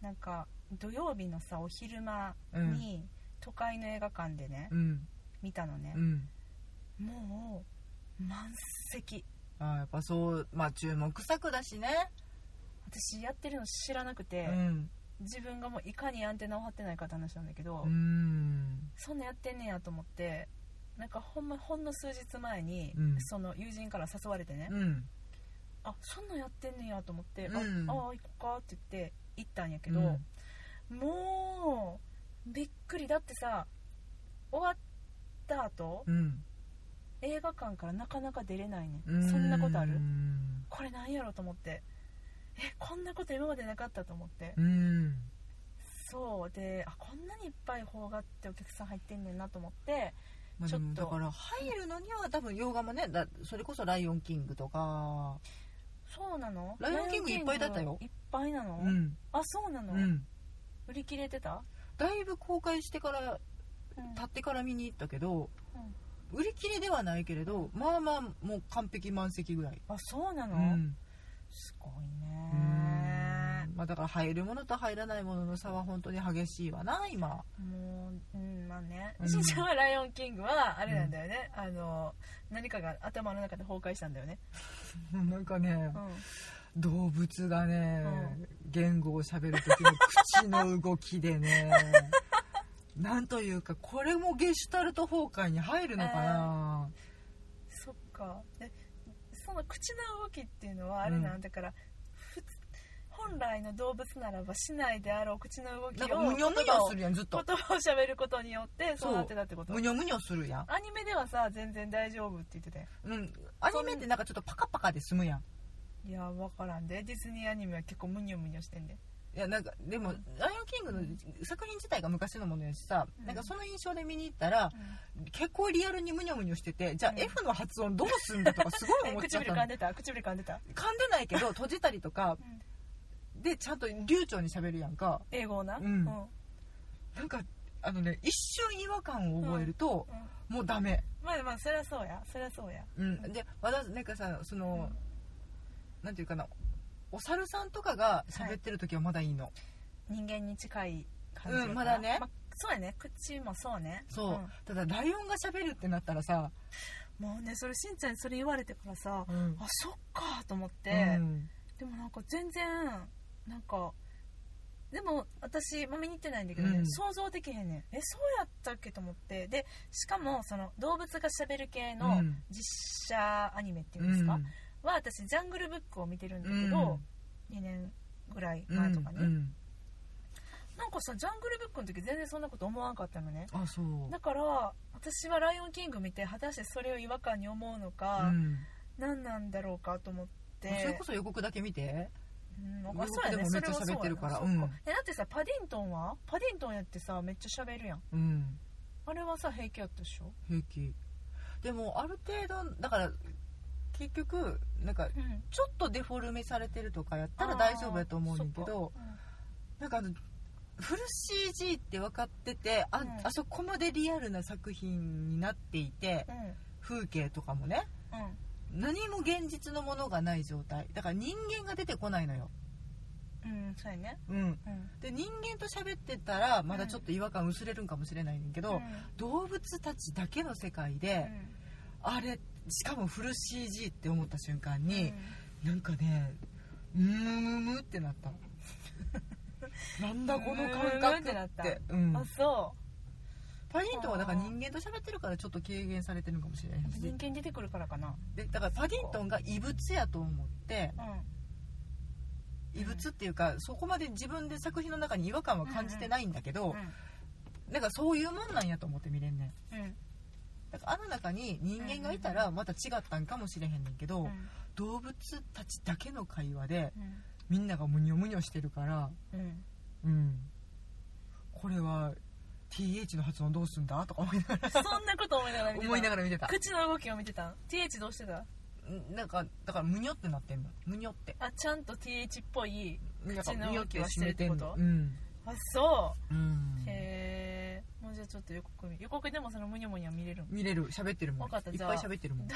Speaker 1: なんか土曜日のさお昼間
Speaker 2: うん
Speaker 1: に都会の映画館でね、
Speaker 2: うん
Speaker 1: 見たのね
Speaker 2: う、ん
Speaker 1: もう満席
Speaker 2: あーやっぱそうまあ注目作だしね、
Speaker 1: 私やってるの知らなくて、
Speaker 2: うん
Speaker 1: 自分がもういかにアンテナを張ってないかって話なんだけど、
Speaker 2: うん
Speaker 1: そんなやってんねんやと思ってなんかほん,、ま、ほんの数日前に、
Speaker 2: うん
Speaker 1: その友人から誘われてね、
Speaker 2: うん
Speaker 1: あそんなんやってんねんやと思って、
Speaker 2: うん
Speaker 1: ああ行こうかって言って行ったんやけど、
Speaker 2: うん
Speaker 1: もうびっくりだってさ終わった後、
Speaker 2: うん
Speaker 1: 映画館からなかなか出れないね、
Speaker 2: うんん
Speaker 1: そんなことあるこれなんやろと思ってえこんなこと今までなかったと思って、
Speaker 2: うん
Speaker 1: そうであこんなにいっぱい邦画ってお客さん入ってんねんなと思って
Speaker 2: まあ、
Speaker 1: ち
Speaker 2: で
Speaker 1: ょっ
Speaker 2: も
Speaker 1: と
Speaker 2: だから入るのには多分洋画もねだそれこそ「ライオンキング」とか
Speaker 1: そうなの
Speaker 2: ライオンキングいっぱいだったよ
Speaker 1: いっぱいなの、
Speaker 2: うん
Speaker 1: あそうなの、
Speaker 2: うん
Speaker 1: 売り切れてた、
Speaker 2: だいぶ公開してから
Speaker 1: うん
Speaker 2: 経ってから見に行ったけど売り切れではないけれどまあまあもう完璧満席ぐらい、
Speaker 1: あそうな
Speaker 2: う
Speaker 1: の、
Speaker 2: ん
Speaker 1: すごいうね
Speaker 2: んまあ、だから入るものと入らないものの差は本当に激しいわな今
Speaker 1: もううんまあね
Speaker 2: うん
Speaker 1: しんちゃんは「ライオンキング」はあれなんだよね、あの何かが頭の中で崩壊したんだよね、
Speaker 2: (laughs) なんかね
Speaker 1: うん、
Speaker 2: 動物がね、言語を喋る時の口の動きで (laughs) ねなんというかこれもゲシュタルト崩壊に入るのかな、
Speaker 1: そっかでその口の動きっていうのはあれなんだから、ふつ本来の動物ならばしないであろう口の動き
Speaker 2: な
Speaker 1: を
Speaker 2: んかむにょむに
Speaker 1: 言葉
Speaker 2: ょ
Speaker 1: を
Speaker 2: するやんずっ
Speaker 1: 言
Speaker 2: と
Speaker 1: 葉を喋ることによってそうなってたってこと
Speaker 2: むにょむにょするやん
Speaker 1: アニメではさ全然大丈夫って言ってたよ
Speaker 2: うんアニメってなんかちょっとパカパカで済むやん
Speaker 1: いや分からんでディズニーアニメは結構ムニョムニョしてんで
Speaker 2: いやなんかでも「ライオンキング」の作品自体が昔のものやしさ、
Speaker 1: うん
Speaker 2: なんかその印象で見に行ったら結構リアルにむにょむにょしててじゃあ
Speaker 1: うん
Speaker 2: F の発音どうすんだとかすごい
Speaker 1: え
Speaker 2: 思っちゃっ
Speaker 1: 唇
Speaker 2: (laughs) た
Speaker 1: 噛
Speaker 2: の
Speaker 1: んでた唇噛んでた、
Speaker 2: 噛んでないけど閉じたりとか
Speaker 1: うん
Speaker 2: でちゃんと流暢に喋るやんか
Speaker 1: 英語をな
Speaker 2: うんなんかあのね一瞬違和感を覚えると、
Speaker 1: うん
Speaker 2: もうダメ、
Speaker 1: まあまあそりゃそうやそりゃそうや
Speaker 2: うん、で私なんかさその、なんていうかなお猿さんとかが喋ってる時はまだいいの、
Speaker 1: 人間に近い感じやから、
Speaker 2: うんまだね
Speaker 1: あそうやね口もそうね
Speaker 2: そう、
Speaker 1: ん
Speaker 2: ただライオンが喋るってなったらさ、
Speaker 1: もうねそれしんちゃんにそれ言われてからさ、
Speaker 2: うん
Speaker 1: あそっかと思って、
Speaker 2: うん
Speaker 1: でもなんか全然なんかでも私まあ見に行ってないんだけどね、
Speaker 2: うん
Speaker 1: 想像できへんねんえそうやったっけと思ってでしかもその動物がしゃべる系
Speaker 2: う
Speaker 1: の
Speaker 2: ん
Speaker 1: 実写アニメっていうんですか、は私ジャングルブックを見てるんだけど、2年ぐらい
Speaker 2: うん
Speaker 1: 前とかね、
Speaker 2: うん
Speaker 1: なんかさジャングルブックの時全然そんなこと思わんかったのね
Speaker 2: あそう
Speaker 1: だから私は「ライオンキング」見て果たしてそれを違和感に思うの
Speaker 2: う
Speaker 1: か、
Speaker 2: ん
Speaker 1: 何なんだろうかと思って
Speaker 2: それこそ予告だけ見て
Speaker 1: うん、
Speaker 2: 僕
Speaker 1: そうや
Speaker 2: で
Speaker 1: ね
Speaker 2: もめ
Speaker 1: そ
Speaker 2: っち
Speaker 1: れ
Speaker 2: ゃ
Speaker 1: はそうや
Speaker 2: 喋ってるから
Speaker 1: なそっ
Speaker 2: うん
Speaker 1: えだってさパディントンはパディントンやってさめっちゃ喋るやん
Speaker 2: うん
Speaker 1: あれはさ平気やったでしょ
Speaker 2: 平気でもある程度だから結局なんか
Speaker 1: うん
Speaker 2: ちょっとデフォルメされてるとかやったら大丈夫やと思うねんだけどなんかあのフル CG って分かっててあ,、
Speaker 1: うん
Speaker 2: あそこまでリアルな作品になっていて
Speaker 1: うん
Speaker 2: 風景とかもね
Speaker 1: うん
Speaker 2: 何も現実のものがない状態だから人間が出てこないのよ、
Speaker 1: うん、うん、そうやね
Speaker 2: うん、
Speaker 1: うん
Speaker 2: で人間と喋ってたらまだちょっと違和感薄れるんかもしれないねんけ
Speaker 1: う
Speaker 2: ど、
Speaker 1: ん
Speaker 2: 動物たちだけの世界で、あれしかもフル CG って思った瞬間
Speaker 1: うん
Speaker 2: に、なんかねうーむむってなったの (laughs) なんだこの感覚
Speaker 1: うーむ
Speaker 2: って
Speaker 1: ってなった
Speaker 2: うん
Speaker 1: あ、そ
Speaker 2: パディントンはだから人間と喋ってるからちょっと軽減されてるのかもしれないうし
Speaker 1: 人間出てくるからかな
Speaker 2: でだからパディントンが異物やと思って
Speaker 1: うん
Speaker 2: 異物っていうかそこまで自分で作品の中に違和感は感じてないんだけどなんかそういうもんなんやと思って見れんねん
Speaker 1: うんうん
Speaker 2: だからあの中に人間がいたらまた違ったんかもしれへんねんけど
Speaker 1: うん
Speaker 2: 動物たちだけの会話で
Speaker 1: うん
Speaker 2: みんながムニョムニョしてるから
Speaker 1: うん
Speaker 2: うんこれは TH の発音どうすんだとか思いながら
Speaker 1: そんなこと思いながら見てた
Speaker 2: 思いながら見てた
Speaker 1: 口の動きを見てたん TH どうしてた
Speaker 2: んなんかだからむにょってなってんのむにょって
Speaker 1: あちゃんと TH っぽい
Speaker 2: なんか
Speaker 1: 口の
Speaker 2: むにょって締めてんの
Speaker 1: 動きはしてるってこと
Speaker 2: うん、
Speaker 1: あそ
Speaker 2: うん
Speaker 1: う、へえもうじゃあちょっと予告見予告でもそのムニョムニョ見れるの
Speaker 2: 見れる喋ってるもん
Speaker 1: わかった
Speaker 2: いっ
Speaker 1: じゃ
Speaker 2: ぱ
Speaker 1: あ
Speaker 2: い喋ってるもん、
Speaker 1: て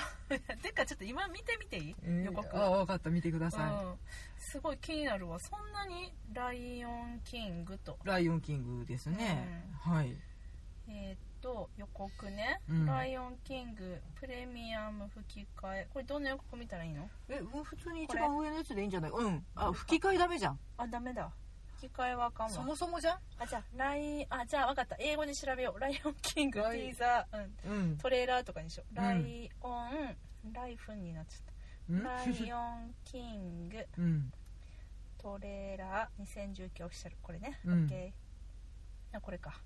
Speaker 1: かちょっと今見てみていい、
Speaker 2: えー
Speaker 1: 予告
Speaker 2: あ分かった見てください、
Speaker 1: うん、すごい気になるわそんなに「ライオンキングと」
Speaker 2: ライオンキングですね、はい
Speaker 1: えーっと予告ね、
Speaker 2: うん
Speaker 1: ライオンキングプレミアム吹き替えこれどの予告見たらいいの
Speaker 2: えもう普通に
Speaker 1: 一番
Speaker 2: 上のやつでいいんじゃないうん
Speaker 1: こ
Speaker 2: あ
Speaker 1: れ
Speaker 2: 吹き替えダメじゃん
Speaker 1: あダメだ吹き替えはあかん
Speaker 2: そ
Speaker 1: わ
Speaker 2: もそもじゃん
Speaker 1: あじゃあラインあじゃあ分かった英語で調べよう「ライオンキング」テ
Speaker 2: ライ
Speaker 1: ィーザー、うん、
Speaker 2: うん
Speaker 1: トレーラーとかにしよう「
Speaker 2: ん
Speaker 1: ライオン」ライフン」になっちゃった「ライオンキング」
Speaker 2: (laughs) うん
Speaker 1: (laughs) トレーラー2019オフィシャルこれね、
Speaker 2: うん
Speaker 1: オッケーあこれか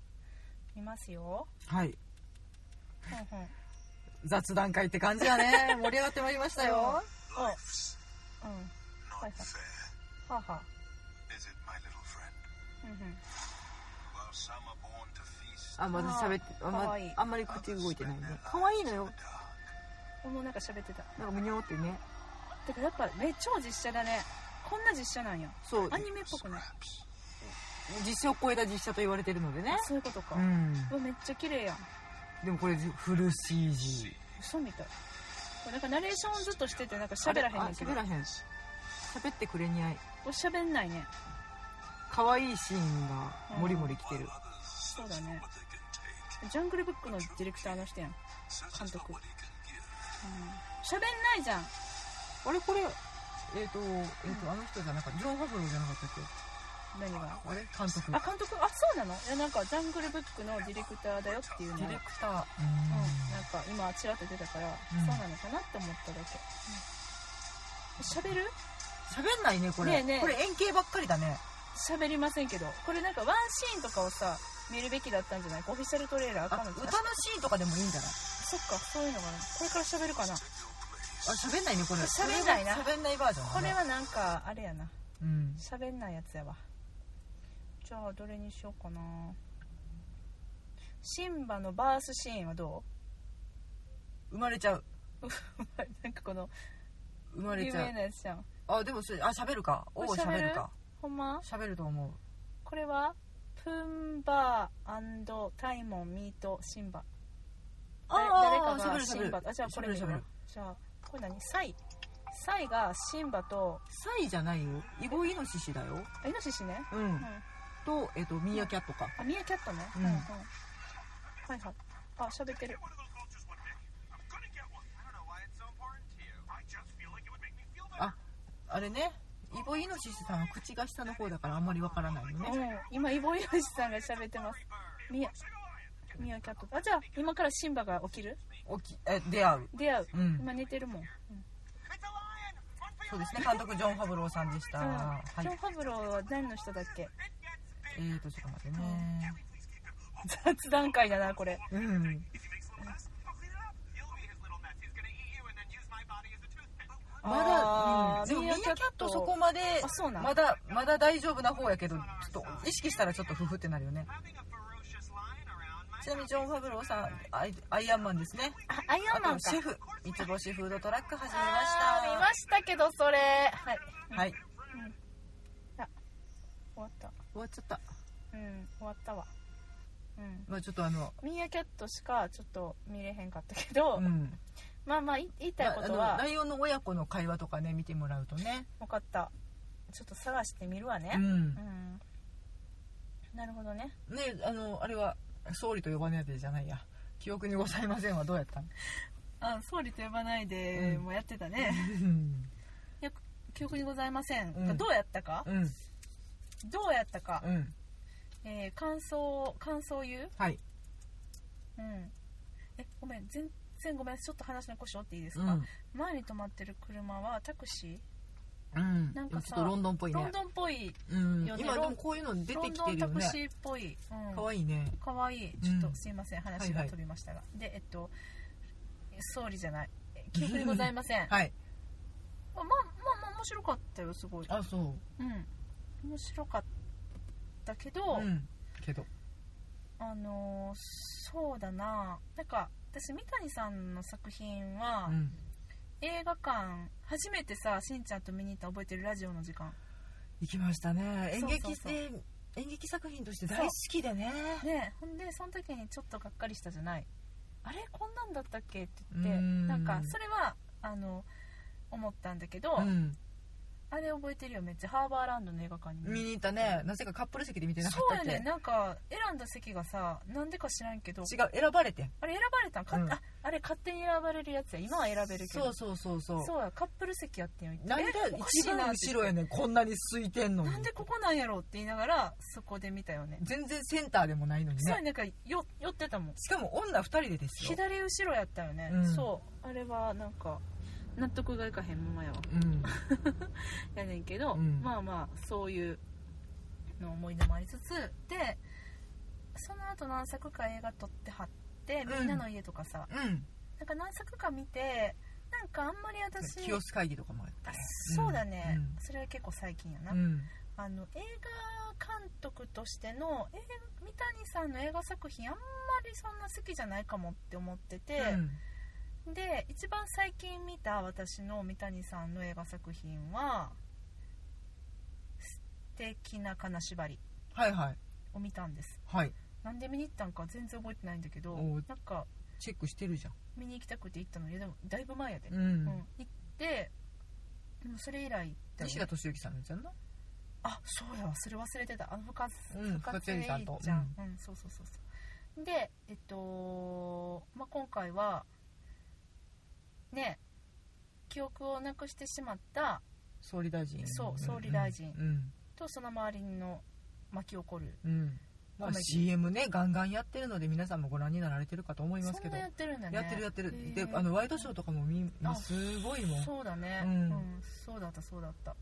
Speaker 1: 見ますよ
Speaker 2: はい
Speaker 1: ほんほん
Speaker 2: 雑談会って感じだ (laughs) ね盛り上がってまいりましたよ
Speaker 1: おうん
Speaker 3: Not
Speaker 1: Like that.
Speaker 3: fair,
Speaker 1: はあ、はあ
Speaker 3: is it, my little
Speaker 1: う
Speaker 3: friend?
Speaker 1: んうん、
Speaker 3: While some are born to feast,
Speaker 2: あまだ喋ってあ
Speaker 1: か
Speaker 2: んま
Speaker 1: わいい
Speaker 2: あんまり口動いてないね Ah, 可愛いのよ
Speaker 3: the dark.
Speaker 1: このなんか喋ってた
Speaker 2: なんかむにょってね
Speaker 1: てかやっぱめっちゃ実写だねこんな実写なんや
Speaker 2: そう
Speaker 1: アニメっぽくない
Speaker 3: Perhaps
Speaker 2: 実写を超えた実写と言われてるのでね
Speaker 1: あそういうことか、
Speaker 2: う
Speaker 1: うんわめっちゃ綺麗やん
Speaker 2: でもこれフル CG
Speaker 1: 嘘みたいこれなんかナレーションずっとしててなんか喋らへん
Speaker 2: あ
Speaker 1: ねんけど
Speaker 2: 喋らへん喋ってくれにゃい
Speaker 1: お喋んないね
Speaker 2: 可愛いシーンがもりもり来てる
Speaker 3: others
Speaker 1: そうだね
Speaker 3: what they can take,
Speaker 1: ジャングルブックのディレクターの人やん
Speaker 3: such
Speaker 1: Can't
Speaker 3: is not
Speaker 1: do.
Speaker 3: what he can give.
Speaker 1: 喋、んないじゃん
Speaker 2: あれこれえっ、とえっ、とあの人じゃなかったジョン・ファブローじゃなかったっけ
Speaker 1: 何が
Speaker 2: あれ監督
Speaker 1: あ監督あそうなのいやなんかジャングルブックのディレクターだよっていうのを
Speaker 2: ディレクター
Speaker 1: うん、なんか今ちらっと出たから、
Speaker 2: ん
Speaker 1: そうなのかなって思っただけ喋、る
Speaker 2: 喋んないねこれ
Speaker 1: ねえねえ
Speaker 2: これ円形ばっかりだね
Speaker 1: 喋りませんけどこれなんかワンシーンとかをさ見るべきだったんじゃないオフィシャルトレーラー
Speaker 2: あ
Speaker 1: か
Speaker 2: 歌
Speaker 1: の
Speaker 2: の
Speaker 1: か
Speaker 2: シーンとかでもいいんじゃない
Speaker 1: そっかそういうのがあるこれから喋るかな
Speaker 2: あ喋んないねこれ
Speaker 1: 喋んないな
Speaker 2: 喋んないバージョン
Speaker 1: こ
Speaker 2: だね
Speaker 1: れはなんかあれやな
Speaker 2: うん
Speaker 1: 喋んないやつやわじゃあどれにしようかなシンバのバースシーンはど
Speaker 2: 生まれちゃう
Speaker 1: う (laughs) なんかこの
Speaker 2: 生まれ
Speaker 1: 有
Speaker 2: ちゃ
Speaker 1: 名
Speaker 2: う
Speaker 1: なやつじゃん
Speaker 2: あでもそれあ喋るかおお
Speaker 1: これ喋る
Speaker 2: 喋るか
Speaker 1: ほんま
Speaker 2: 喋ると思う
Speaker 1: これはプンバータイモンミートシンバだ誰
Speaker 2: あ
Speaker 1: か
Speaker 2: ー
Speaker 1: が
Speaker 2: 喋
Speaker 1: シ
Speaker 2: る
Speaker 1: ン
Speaker 2: 喋
Speaker 1: バ
Speaker 2: る
Speaker 1: あじゃあこれ
Speaker 2: 喋
Speaker 1: 見
Speaker 2: る
Speaker 1: る
Speaker 2: 喋
Speaker 1: わ
Speaker 2: る
Speaker 1: じゃあこれ何サイサイがシンバと
Speaker 2: サイじゃないよイゴイノシシだよ
Speaker 1: あイノシシね、
Speaker 2: うん、
Speaker 1: うん、
Speaker 2: とえっ、とミーアキャットか
Speaker 1: あミーアキャットね、
Speaker 2: う
Speaker 1: うんんうん、はいはいあ喋ってる
Speaker 3: One of those vultures one day. I'm gonna get one. I don't know why it's so important to you. I just feel like it would make me feel better.
Speaker 2: ああれねイボイノシシさんは口が下の方だからあんまりわからないよね
Speaker 1: うん今イボイノシシさんが喋ってますミアミアキャットあじゃあ今からシンバが起きる
Speaker 2: おきえ出会う
Speaker 1: 出会う、
Speaker 2: うん
Speaker 1: 今寝てるもん、うん
Speaker 3: It's a lion! Run for
Speaker 2: そうですね監督ジョン・ファブローさんでした、
Speaker 1: うん
Speaker 2: は
Speaker 1: ジ
Speaker 2: い
Speaker 1: ョン・ファブローは何の人だっけ (laughs)
Speaker 2: えーとちょっと待ってね
Speaker 1: 雑談会だなこれ
Speaker 2: うん
Speaker 1: あーミーア
Speaker 2: まだ、うん、でもミーア
Speaker 3: Oh, If he makes a little mess, I'll clean it up. You'll be his little mess. He's gonna eat you and then use my body as a toothpick.
Speaker 2: キ
Speaker 1: キャ
Speaker 2: ャッ
Speaker 1: ッ
Speaker 2: ト
Speaker 1: ト
Speaker 2: そこまで
Speaker 1: あそうなん
Speaker 2: まだまだ大丈夫な方やけどちょっと意識したらちょっとフフってなるよね
Speaker 3: Having a ferocious lion around might
Speaker 2: ちなみにジョン・ファブローさんアイアイアンマンですね
Speaker 1: あアイアンマ
Speaker 2: あ
Speaker 1: ン
Speaker 2: と
Speaker 1: か
Speaker 2: シェフ三つ星フードトラック始めました
Speaker 1: あー見ましたけどそれはい
Speaker 2: はい終
Speaker 1: 終わった
Speaker 2: わっちゃった
Speaker 1: うん終わったわうん
Speaker 2: まあちょっとあの
Speaker 1: ミーアキャットしかちょっと見れへんかったけど、
Speaker 2: うん
Speaker 1: まあまあい言いたいこと
Speaker 2: まああの
Speaker 1: は
Speaker 2: ライオンの親子の会話とかね見てもらうとね
Speaker 1: 分かったちょっと探してみるわ
Speaker 2: う
Speaker 1: ね
Speaker 2: ん
Speaker 1: うん、なるほどね
Speaker 2: ねあのあれは総理と呼ばないやつじゃないや記憶にございませんはどう
Speaker 1: (laughs)
Speaker 2: やったの
Speaker 1: あ総理と呼ばないで
Speaker 2: も
Speaker 1: やってたね、
Speaker 2: うん
Speaker 1: いや記憶にございません、
Speaker 2: うん
Speaker 1: どうやったか、
Speaker 2: うん
Speaker 1: どうやったか、
Speaker 2: うん
Speaker 1: えー感想を感想を言う
Speaker 2: はい
Speaker 1: うんえごめん全然ごめんちょっと話の腰折っていいです
Speaker 2: う
Speaker 1: か、
Speaker 2: ん
Speaker 1: 前に止まってる車はタクシ
Speaker 2: うん
Speaker 1: なんかさ
Speaker 2: ちょっとロンドンっぽ
Speaker 1: ー
Speaker 2: い
Speaker 1: ロ
Speaker 2: ね
Speaker 1: ンドンっぽい
Speaker 2: うん
Speaker 1: よね
Speaker 2: 今で
Speaker 1: ロン
Speaker 2: もこういうの出てき
Speaker 1: ロン
Speaker 2: てる
Speaker 1: ド
Speaker 2: よ
Speaker 1: ンタクシ
Speaker 2: ね
Speaker 1: ーっぽい、うん、
Speaker 2: かわいいね
Speaker 1: かわいいちょっとすいません、話が飛びましたが、でえっと総理じゃないえ記憶にございません、
Speaker 2: (laughs) はい
Speaker 1: まあまあまあ面白かったよすごい
Speaker 2: あそ
Speaker 1: うん面白かったけど、
Speaker 2: ううんけど
Speaker 1: あのーそうだななんか私三谷さんの作品は、
Speaker 2: うん
Speaker 1: 映画館初めてさしんちゃんと見に行った覚えてるラジオの時間
Speaker 2: 行きましたね演劇
Speaker 1: そうそうそう
Speaker 2: えー演劇作品として大好きでね
Speaker 1: ねほんでその時にちょっとがっかりしたじゃないあれこんなんだったっけって言っ
Speaker 2: う
Speaker 1: て
Speaker 2: ん
Speaker 1: なんかそれはあの思ったんだけど、
Speaker 2: うん
Speaker 1: あれ覚えてるよめっちゃハーバーランドの映画館に見に行った
Speaker 2: 見に行ったねなぜかカップル席で見てなか
Speaker 1: そ
Speaker 2: っ
Speaker 1: う
Speaker 2: た
Speaker 1: や
Speaker 2: っけ
Speaker 1: ねなんか選んだ席がさなんでか知らんけど
Speaker 2: 違う選ばれて
Speaker 1: あれ選ばれたんか、
Speaker 2: うん
Speaker 1: ああれ勝手に選ばれるやつや今は選べるけど
Speaker 2: そうそうそうそう
Speaker 1: そうやカップル席やってんよ
Speaker 2: なんで
Speaker 1: えおかし
Speaker 2: 一
Speaker 1: いな
Speaker 2: 番
Speaker 1: って
Speaker 2: 後ろやねんこんなに空いてんのに
Speaker 1: なんでここなんやろうって言いながらそこで見たよね
Speaker 2: 全然センターでもないのに
Speaker 1: そうやね
Speaker 2: ね
Speaker 1: なんかよ寄ってたもん
Speaker 2: しかも女2人でですよ、
Speaker 1: 左後ろやったよね、
Speaker 2: うん
Speaker 1: そうあれはなんか納得がいかへんままやわ
Speaker 2: うん、
Speaker 1: やねんけど、
Speaker 2: うん
Speaker 1: まあまあそういうの思い出もありつつでその後何作か映画撮ってはってみんなの家とかさ、
Speaker 2: うん、
Speaker 1: なんか何作か見てなんかあんまり私
Speaker 2: 清洲会議とかもあっ
Speaker 1: あ
Speaker 2: たね
Speaker 1: そうだね、
Speaker 2: うん
Speaker 1: それは結構最近やな、
Speaker 2: うん
Speaker 1: あの映画監督としての映画三谷さんの映画作品あんまりそんな好きじゃないかもって思ってて、で一番最近見た私の三谷さんの映画作品は「素敵な金縛り
Speaker 2: はいはい」
Speaker 1: を見たんです
Speaker 2: はい
Speaker 1: なんで見に行ったんか全然覚えてないんだけど
Speaker 2: おう
Speaker 1: なんか
Speaker 2: チェックしてるじゃん
Speaker 1: 見に行きたくて行ったのいやでもだいぶ前やで、う
Speaker 2: う
Speaker 1: ん
Speaker 2: ん、
Speaker 1: 行ってでもそれ以来だよ
Speaker 2: 西田敏行さんのやつやんな
Speaker 1: あそうやわそれ忘れてたあの深津
Speaker 2: うん
Speaker 1: 深津
Speaker 2: 深津絵里
Speaker 1: 絵
Speaker 2: さ
Speaker 1: 里
Speaker 2: んと
Speaker 1: ちゃんうん、そうそうそうそうでえっと、まあ、今回はね記憶をなくしてしまった
Speaker 2: 総理大臣
Speaker 1: そう総理大臣
Speaker 2: うん
Speaker 1: とその周りの巻き起こる
Speaker 2: うん、うん
Speaker 1: コ
Speaker 2: まあ、
Speaker 1: メディ
Speaker 2: CM ねガンガンやってるので皆さんもご覧になられてるかと思います
Speaker 1: そ
Speaker 2: け
Speaker 1: ん
Speaker 2: ど
Speaker 1: なやってるんだね
Speaker 2: やってるやってる
Speaker 1: へー
Speaker 2: であのワイドショーとかも見
Speaker 1: あ
Speaker 2: すごいもん
Speaker 1: そうだね、う
Speaker 2: うんん
Speaker 1: そうだったそうだった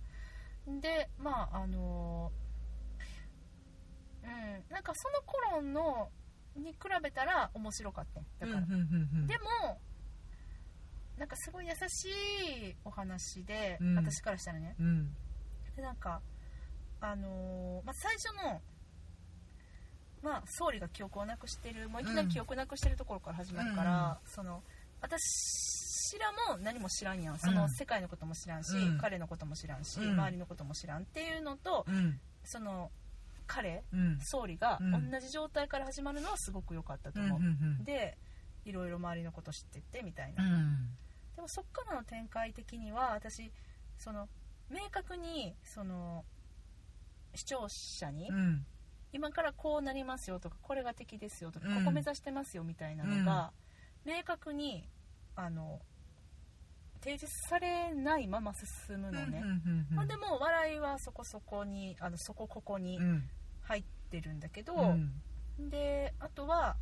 Speaker 1: でまああのーうんなんかその頃のに比べたら面白かったんだから、
Speaker 2: うんうんうんうん
Speaker 1: でもなんかすごい優しいお話で、
Speaker 2: うん
Speaker 1: 私からしたらね
Speaker 2: うん
Speaker 1: でなんかあのーまあ、最初のまあ総理が記憶をなくしてるもういきなり記憶なくしてるところから始まるから、その私らも何も知らんやんそうの
Speaker 2: ん
Speaker 1: 世界のことも知らんし、
Speaker 2: うん
Speaker 1: 彼のことも知らんし、
Speaker 2: うん
Speaker 1: 周りのことも知らんっていうのと
Speaker 2: うん
Speaker 1: その彼
Speaker 2: うん
Speaker 1: 総理が
Speaker 2: うん
Speaker 1: 同じ状態から始まるのはすごく良かったと
Speaker 2: うんうん
Speaker 1: 思う、
Speaker 2: うん
Speaker 1: でいろいろ周りのこと知ってってみたいな
Speaker 2: う、ん
Speaker 1: でもそっからの展開的には私その明確にその視聴者に、
Speaker 2: うん
Speaker 1: 今からこうなりますよとかこれが敵ですよとか、
Speaker 2: うん
Speaker 1: ここ目指してますよみたいなのが、明確にあの提示されないまま進むのね、
Speaker 2: うんうんうん
Speaker 1: まあでも笑いはそこそこにあのそこここに
Speaker 2: うん
Speaker 1: 入ってるんだけど、
Speaker 2: うん
Speaker 1: であとは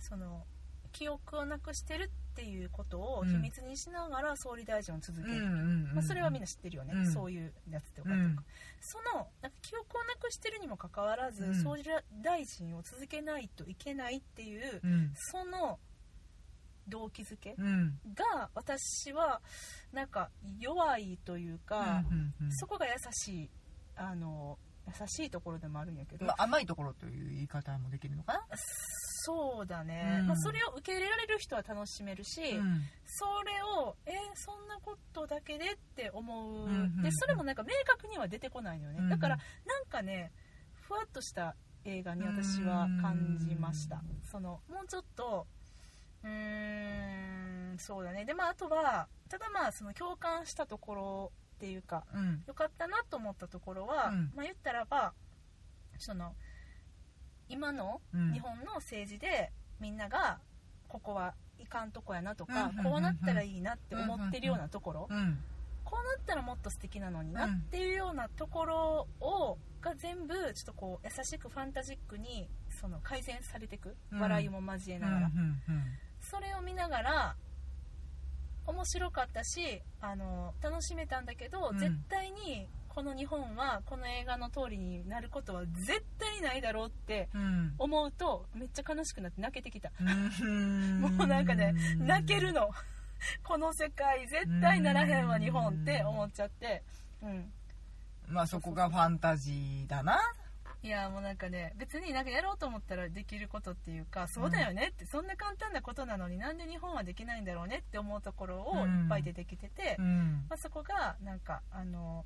Speaker 1: その記憶をなくしてるっていうことを
Speaker 2: うん
Speaker 1: 秘密にしながら総理大臣を続け
Speaker 2: う
Speaker 1: る、
Speaker 2: んうんうん
Speaker 1: まあ、それはみんな知ってるよね、
Speaker 2: うん
Speaker 1: そういうやつとかと
Speaker 2: う
Speaker 1: か、
Speaker 2: ん
Speaker 1: そのなんか記憶をなくしてるにもかかわらず、
Speaker 2: うん
Speaker 1: 総理大臣を続けないといけないっていう、
Speaker 2: うん
Speaker 1: その動機づけ
Speaker 2: うん
Speaker 1: が私はなんか弱いというか、
Speaker 2: うんうんうん
Speaker 1: そこが優しいあの優しいところでもあるんやけど、
Speaker 2: まあ甘いところという言い方もできるのかな
Speaker 1: そうだね、
Speaker 2: うん
Speaker 1: まあ、それを受け入れられる人は楽しめるし、
Speaker 2: うん
Speaker 1: それをえーそんなことだけでって思う、
Speaker 2: うんうんうん
Speaker 1: でそれもなんか明確には出てこないのよね、
Speaker 2: うん
Speaker 1: だからなんかねふわっとした映画に私は感じましたそのもうちょっとうーんそうだねでまああとはただまあその共感したところっていうか
Speaker 2: うん
Speaker 1: 良かったなと思ったところは、
Speaker 2: うん
Speaker 1: まあ言ったらばその今の
Speaker 2: うん
Speaker 1: 日本の政治でみんながここはいかんとこやなと
Speaker 2: うんうん
Speaker 1: か
Speaker 2: うんうん
Speaker 1: こうなったらいいなって思ってるようなところ
Speaker 2: うん
Speaker 1: こうなったらもっと素敵なのにな
Speaker 2: うん
Speaker 1: っていうようなところをが全部ちょっとこう優しくファンタジックにその改善されていく
Speaker 2: うん
Speaker 1: 笑いも交えながらそれを見ながら面白かったしあの楽しめたんだけど、
Speaker 2: うん
Speaker 1: 絶対にこの日本はこの映画の通りになることは絶対にないだろうって
Speaker 2: うんうん
Speaker 1: 思うとめっちゃ悲しくなって泣けてきた
Speaker 2: うん
Speaker 1: もうなんかね泣けるのこの世界絶対ならへんわ
Speaker 2: うん
Speaker 1: 日本って思っちゃってうん
Speaker 2: まあそこがファンタジーだな
Speaker 1: いやもうなんかね別になんかやろうと思ったらできることっていうかそうだよねって、そんな簡単なことなのになんで日本はできないんだろうねって思うところを
Speaker 2: うん
Speaker 1: いっぱい出てきてて、
Speaker 2: うん
Speaker 1: まあ、そこがなんかあの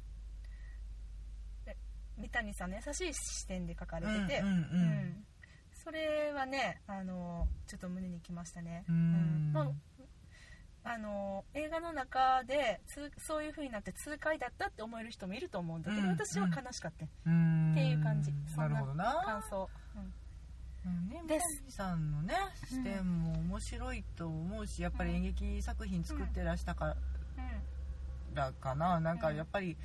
Speaker 1: え三谷さんの優しい視点で書かれてて、
Speaker 2: うん
Speaker 1: う
Speaker 2: うんう
Speaker 1: んんそれはねあのちょっと胸にきましたね、
Speaker 2: う
Speaker 1: うん
Speaker 2: ん
Speaker 1: まああの映画の中でつそういう風になって痛快だったって思える人もいると思うんだけど、
Speaker 2: うん
Speaker 1: 私は悲しかった
Speaker 2: うん
Speaker 1: っていう感じそ
Speaker 2: なん
Speaker 1: な
Speaker 2: るほど
Speaker 1: 感
Speaker 2: な
Speaker 1: 想、うん
Speaker 2: うんね
Speaker 1: で
Speaker 2: 三
Speaker 1: す
Speaker 2: 谷さんのね視点も面白いと思うしやっぱり演劇作品作ってらしたから
Speaker 1: うん
Speaker 2: だかななんか
Speaker 1: うん
Speaker 2: やっぱり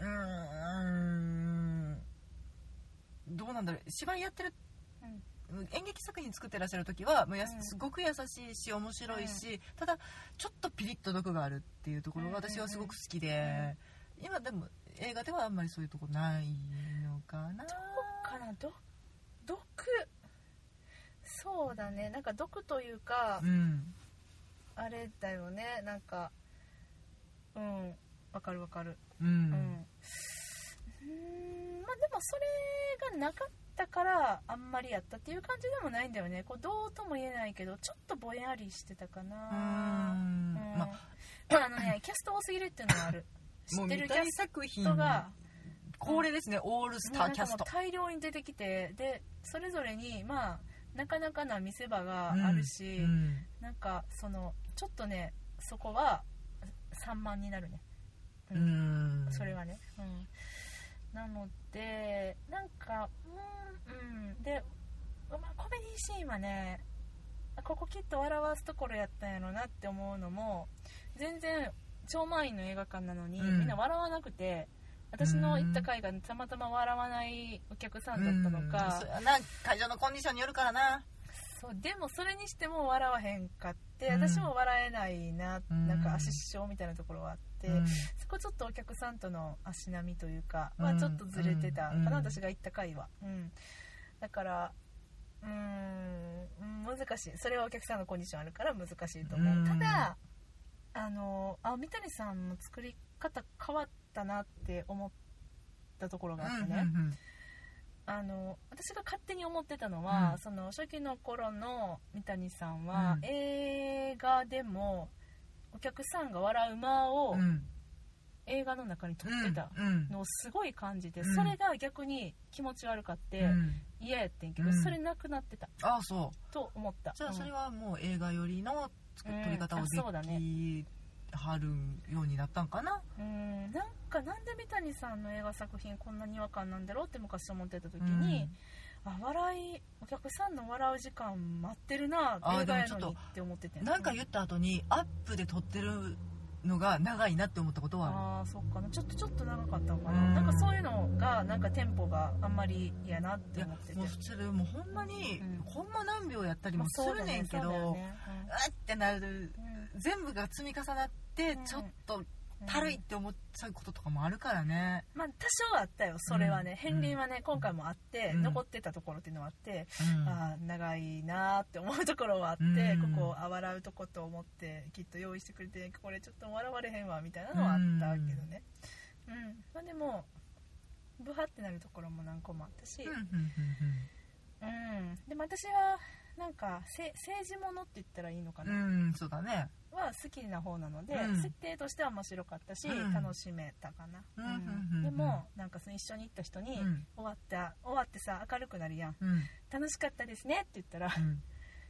Speaker 2: うーんどうなんだろう芝居やってる
Speaker 1: うん
Speaker 2: 演劇作品作ってらっしゃる時はもうやす
Speaker 1: うん
Speaker 2: すごく優しいし面白いし、ただちょっとピリッと毒があるっていうところが
Speaker 1: うんうんうん
Speaker 2: 私はすごく好きで、今でも映画ではあんまりそういうとこないのかな
Speaker 1: かなど毒そうだねなんか毒というか、
Speaker 2: うん
Speaker 1: あれだよねなんかうんわかるわかる
Speaker 2: う
Speaker 1: うん、うんーんまあでもそれがなかったからあんまりやったっていう感じでもないんだよねこうどうとも言えないけどちょっとぼんやりしてたか
Speaker 2: う
Speaker 1: なうんん
Speaker 2: まあ
Speaker 1: まああのねキャスト多すぎるっていうのはある知
Speaker 2: も
Speaker 1: っ
Speaker 2: う
Speaker 1: て
Speaker 2: 見
Speaker 1: るキ
Speaker 2: た
Speaker 1: ャ
Speaker 2: い
Speaker 1: ス
Speaker 2: 作品
Speaker 1: トが
Speaker 2: 恒例ですね、オールスターキャス
Speaker 1: もうなんかも
Speaker 2: ト
Speaker 1: う大量に出てきてでそれぞれにまあなかなかな見せ場があるし、
Speaker 2: うん
Speaker 1: なんかそのちょっとねそこは散漫になるね、う
Speaker 2: うんん
Speaker 1: それはね、うん、なのでなんかうんうんで、まあ、コメディシーンはねここきっと笑わすところやったんやろなって思うのも全然超満員の映画館なのに、
Speaker 2: うん
Speaker 1: みんな笑わなくて私の行った回がたまたま笑わないお客さんだったの
Speaker 2: うん
Speaker 1: か
Speaker 2: そ、うやな会場のコンディションによるからな
Speaker 1: そうでもそれにしても笑わへんかって、
Speaker 2: うん
Speaker 1: 私も笑えないな,、
Speaker 2: うん
Speaker 1: なんか足師匠みたいなところはあって、
Speaker 2: うん
Speaker 1: そこちょっとお客さんとの足並みというか、ま
Speaker 2: う
Speaker 1: あ、
Speaker 2: ん
Speaker 1: ちょっとずれてたかな、
Speaker 2: うん
Speaker 1: 私が行った回は、うん、だからうーん難しいそれはお客さんのコンディションあるから難しいと思う、
Speaker 2: うん
Speaker 1: ただあのあ三谷さんの作り方変わったなって思ったところがあってね、
Speaker 2: うんうん
Speaker 1: あの私が勝手に思ってたのは、
Speaker 2: うん
Speaker 1: その初期の頃の三谷さんは、
Speaker 2: うん
Speaker 1: 映画でもお客さんが笑う間を
Speaker 2: うんうん
Speaker 1: 映画の中に撮ってた
Speaker 2: うん
Speaker 1: のをすごい感じて、
Speaker 2: うん
Speaker 1: それが逆に気持ち悪かって
Speaker 2: うん
Speaker 1: 嫌やってんけど、
Speaker 2: うん
Speaker 1: それなくなってた
Speaker 2: ああそう
Speaker 1: と思った
Speaker 2: じゃあそれ
Speaker 1: うん
Speaker 2: はもう映画よりの作
Speaker 1: うん
Speaker 2: 撮り方を
Speaker 1: あ
Speaker 2: で
Speaker 1: そうだ
Speaker 2: きはるようになったんかな
Speaker 1: うんなんかなんで三谷さんの映画作品こんなに違和感なんだろうって昔思ってた時
Speaker 2: う
Speaker 1: に、
Speaker 2: ん
Speaker 1: あ笑いお客さんの笑う時間待ってるな
Speaker 2: あ
Speaker 1: 映画や
Speaker 2: で
Speaker 1: の
Speaker 2: もち
Speaker 1: に
Speaker 2: ょっ
Speaker 1: っ
Speaker 2: と
Speaker 1: て思ってて
Speaker 2: なんか言った後にアップで撮ってるのが長いなって思ったことはあ
Speaker 1: ああそっかなちょっとちょっと長かったのかな、
Speaker 2: うん
Speaker 1: なんかそういうのがなんかテンポがあんまり嫌なって
Speaker 2: るいや
Speaker 1: 思ってて
Speaker 2: もうそれもうほんまに
Speaker 1: うん
Speaker 2: ほんま何秒やったり
Speaker 1: まあ
Speaker 2: もす
Speaker 1: そう
Speaker 2: る
Speaker 1: だ
Speaker 2: ねんけど
Speaker 1: そうだ
Speaker 2: う
Speaker 1: よ
Speaker 2: わ
Speaker 1: ね
Speaker 2: ってなる
Speaker 1: うんうん
Speaker 2: 全部が積み重なって
Speaker 1: うん
Speaker 2: ちょっとたるいっ
Speaker 1: うん
Speaker 2: て思っちゃうこととかもあるからね
Speaker 1: まあ多少はあったよそれはね、
Speaker 2: うん
Speaker 1: 片鱗はね今回もあって、
Speaker 2: うん
Speaker 1: 残ってたところっていうのはあって、
Speaker 2: うん
Speaker 1: ああ長いなーって思うところはあって、
Speaker 2: うん
Speaker 1: ここあ笑うとこと思ってきっと用意してくれてこれちょっと笑われへんわみたいなのはあったけどねうん、まあでもブハってなるところも何個もあったし、
Speaker 2: うんうんうんうん
Speaker 1: うん、でも私はなんかせ政治ものって言ったらいいのかな、
Speaker 2: うんそうだね
Speaker 1: は好きな方なので、
Speaker 2: うん
Speaker 1: 設定としては面白かったし、
Speaker 2: うん
Speaker 1: 楽しめたかな、
Speaker 2: うんうんうん
Speaker 1: でもなんかその一緒に行った人に、
Speaker 2: うん
Speaker 1: 終わった終わってさ明るくなるやん
Speaker 2: うん
Speaker 1: 楽しかったですねって言ったら、
Speaker 2: うん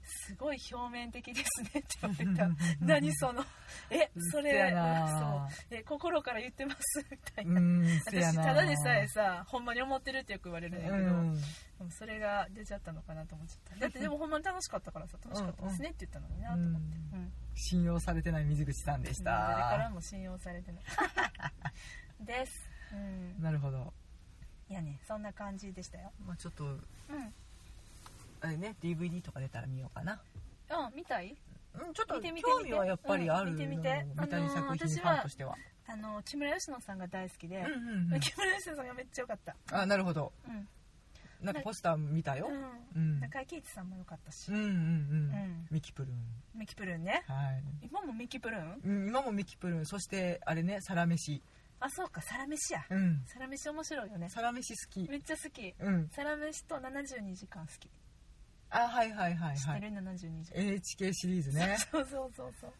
Speaker 1: すごい表面的ですねって言われ
Speaker 2: う
Speaker 1: た
Speaker 2: んうん
Speaker 1: 何そのえそ
Speaker 2: せ
Speaker 1: れ
Speaker 2: やな
Speaker 1: そうえ心から言ってますみたいな、
Speaker 2: うんせや
Speaker 1: 私
Speaker 2: な
Speaker 1: ただでさえさほんまに思ってるってよく言われるんだけど、
Speaker 2: うん
Speaker 1: でもそれが出ちゃったのかなと思っちゃっただってでもほんまに楽しかったからさ楽しかったですねって言ったのになと思って、うん
Speaker 2: 信用されてない水口さんでし
Speaker 1: 誰から
Speaker 2: た
Speaker 1: も信用されてない (laughs) です、うん、
Speaker 2: なるほど、
Speaker 1: いやねそんな感じでしたよ
Speaker 2: まあ、ちょっと
Speaker 1: うん
Speaker 2: あれね DVD とか出たら見ようかな
Speaker 1: うん見たい
Speaker 2: うんちょっと
Speaker 1: 見てみて
Speaker 2: 興味はやっぱりある
Speaker 1: 見てみて
Speaker 2: 見たり
Speaker 1: あの
Speaker 2: 作
Speaker 1: ー
Speaker 2: 品ファンとしては,、
Speaker 1: あの木村佳乃さんが大好きで、
Speaker 2: うんうんうん
Speaker 1: 木村佳乃さんがめっちゃ良かった
Speaker 2: あなるほど
Speaker 1: うん、
Speaker 2: なんかポスター見たよ、
Speaker 1: う
Speaker 2: うん
Speaker 1: ん、
Speaker 2: うん
Speaker 1: 中井貴一さんも良かったし、
Speaker 2: うんうん
Speaker 1: うん
Speaker 2: ミキプルーン
Speaker 1: ミキプルーンね
Speaker 2: はい
Speaker 1: 今もミキプルーン
Speaker 2: うん今もミキプルーンそしてあれねサラメシ
Speaker 1: あそうかサラメシや
Speaker 2: うん
Speaker 1: サラメシ面白いよね
Speaker 2: サラメシ好き
Speaker 1: めっちゃ好き
Speaker 2: うん
Speaker 1: サラメシと72時間好き
Speaker 2: あはいはいはい
Speaker 1: 知っ
Speaker 2: は
Speaker 1: て
Speaker 2: い
Speaker 1: る72時間
Speaker 2: NHK シリーズね
Speaker 1: そうそうそうそう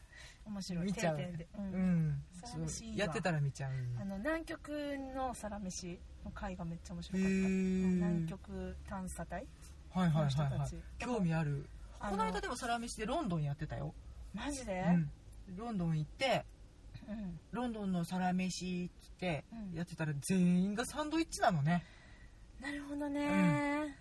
Speaker 1: 面白い
Speaker 2: 見ちゃう
Speaker 1: 定点で (laughs) う
Speaker 2: うんん
Speaker 1: サラメシいいわ
Speaker 2: やってたら見ちゃう
Speaker 1: あの南極のサラメシの回がめっちゃ面白
Speaker 2: へ
Speaker 1: かった南
Speaker 2: ー
Speaker 1: 極探査隊
Speaker 2: はいはい
Speaker 1: の人
Speaker 2: はいは
Speaker 1: た
Speaker 2: い
Speaker 1: ち
Speaker 2: 興味ある
Speaker 1: あ
Speaker 2: こ
Speaker 1: の
Speaker 2: の間でもサラメシでロンドンやってたよ、
Speaker 1: マジで
Speaker 2: うん、ロンドン行って
Speaker 1: うん
Speaker 2: ロンドンのサラメシっつって
Speaker 1: うん
Speaker 2: やってたら全員がサンドイッチなのね
Speaker 1: なるほどね
Speaker 2: い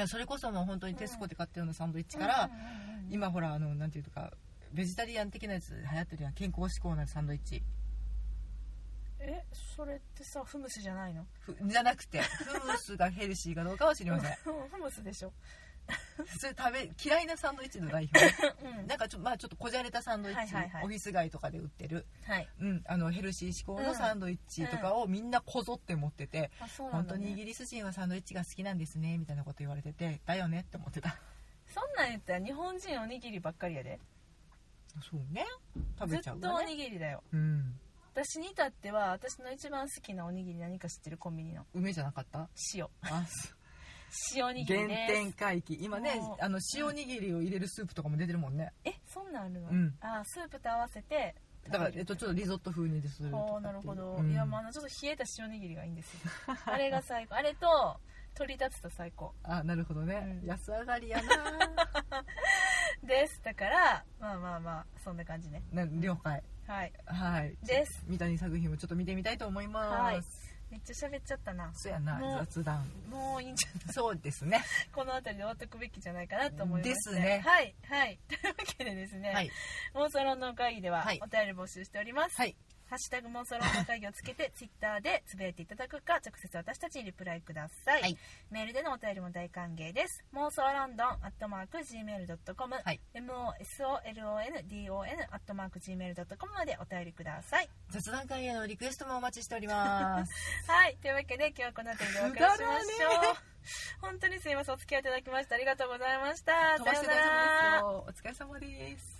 Speaker 2: やそれこそもう本当にテスコで買ったようなサンドイッチか
Speaker 1: う
Speaker 2: ら
Speaker 1: んうんうんうん
Speaker 2: 今ほらあのなんていうかベジタリアン的なやつ流行ってるやん健康志向なサンドイッチ
Speaker 1: えそれってさフムスじゃないの
Speaker 2: ふじゃなくてフムスがヘルシーかどうかは知りません
Speaker 1: (laughs) フムスでしょ
Speaker 2: それ食べ嫌いなサンドイッチの代表 (laughs)
Speaker 1: うん
Speaker 2: なんかちょ,、まあ、ちょっとこじゃれたサンドイッチ、
Speaker 1: はいはいはい
Speaker 2: オフィス街とかで売ってる、
Speaker 1: はい
Speaker 2: うん、あのヘルシー志向のサンドイッチとかをみんなこぞって持ってて、
Speaker 1: あそうな
Speaker 2: 本
Speaker 1: ん
Speaker 2: 当
Speaker 1: だ
Speaker 2: にイ
Speaker 1: ね
Speaker 2: ギリス人はサンドイッチが好きなんですねみたいなこと言われててだよねって思ってた
Speaker 1: そんなん言ったら日本人おにぎりばっかりやで
Speaker 2: そうね食
Speaker 1: ず
Speaker 2: べ
Speaker 1: っ
Speaker 2: ちゃう
Speaker 1: とお
Speaker 2: わね
Speaker 1: にぎりだよ
Speaker 2: うん
Speaker 1: 私に至っては私の一番好きなおにぎり何か知ってるコンビニの
Speaker 2: 梅じゃなかった
Speaker 1: 塩
Speaker 2: あそう
Speaker 1: 塩おにぎり
Speaker 2: 原
Speaker 1: です
Speaker 2: 点回帰今ね
Speaker 1: もう
Speaker 2: あの塩にぎりを入れるスープとかも出てるもんね
Speaker 1: えそんなんあるの、
Speaker 2: うん
Speaker 1: あスープと合わせて
Speaker 2: だから、
Speaker 1: 食べ
Speaker 2: えっ
Speaker 1: る
Speaker 2: と、ちょっとリゾット風にですると
Speaker 1: ああ
Speaker 2: かってい
Speaker 1: な
Speaker 2: う
Speaker 1: るほど、
Speaker 2: うん
Speaker 1: いやまああのちょっと冷えた塩おにぎりがいいんですよ (laughs) あれが最高あれと鶏竜田最高
Speaker 2: あなるほどね、
Speaker 1: うん
Speaker 2: 安上がりや
Speaker 1: (laughs)
Speaker 2: な
Speaker 1: ですだからまあまあまあそんな感じね
Speaker 2: な了解
Speaker 1: はい
Speaker 2: はい
Speaker 1: です
Speaker 2: 三谷作品もちょっと見てみたいと思います、
Speaker 1: はいめっちゃ喋っちゃったな
Speaker 2: そうやな
Speaker 1: もう
Speaker 2: 雑談
Speaker 1: もういいんじゃない
Speaker 2: そうですね
Speaker 1: この辺りで終わっておくべきじゃないかなと思います
Speaker 2: ですね
Speaker 1: はいはい (laughs) というわけで (laughs) ですね、
Speaker 2: はい
Speaker 1: 妄想論の会議では
Speaker 2: はい
Speaker 1: お便り募集しております、
Speaker 2: はい
Speaker 1: ハッシュタグ妄想論の会議をつけてツイッターでつぶやいていただくか直接私たちにリプライください、
Speaker 2: はい
Speaker 1: メールでのお便りも大歓迎です妄想ロンドンアットマーク Gmail.com、
Speaker 2: はい
Speaker 1: MOSOLONDON アットマーク Gmail.com までお便りください
Speaker 2: 雑談会へのリクエストもお待ちしております
Speaker 1: (laughs) はいというわけで今日はこの辺りでお別れしましょ
Speaker 2: くだら
Speaker 1: う本当にすいませんお付き合いいただきましてありがとうございました
Speaker 2: 飛ばして大丈夫ですよお疲れ様です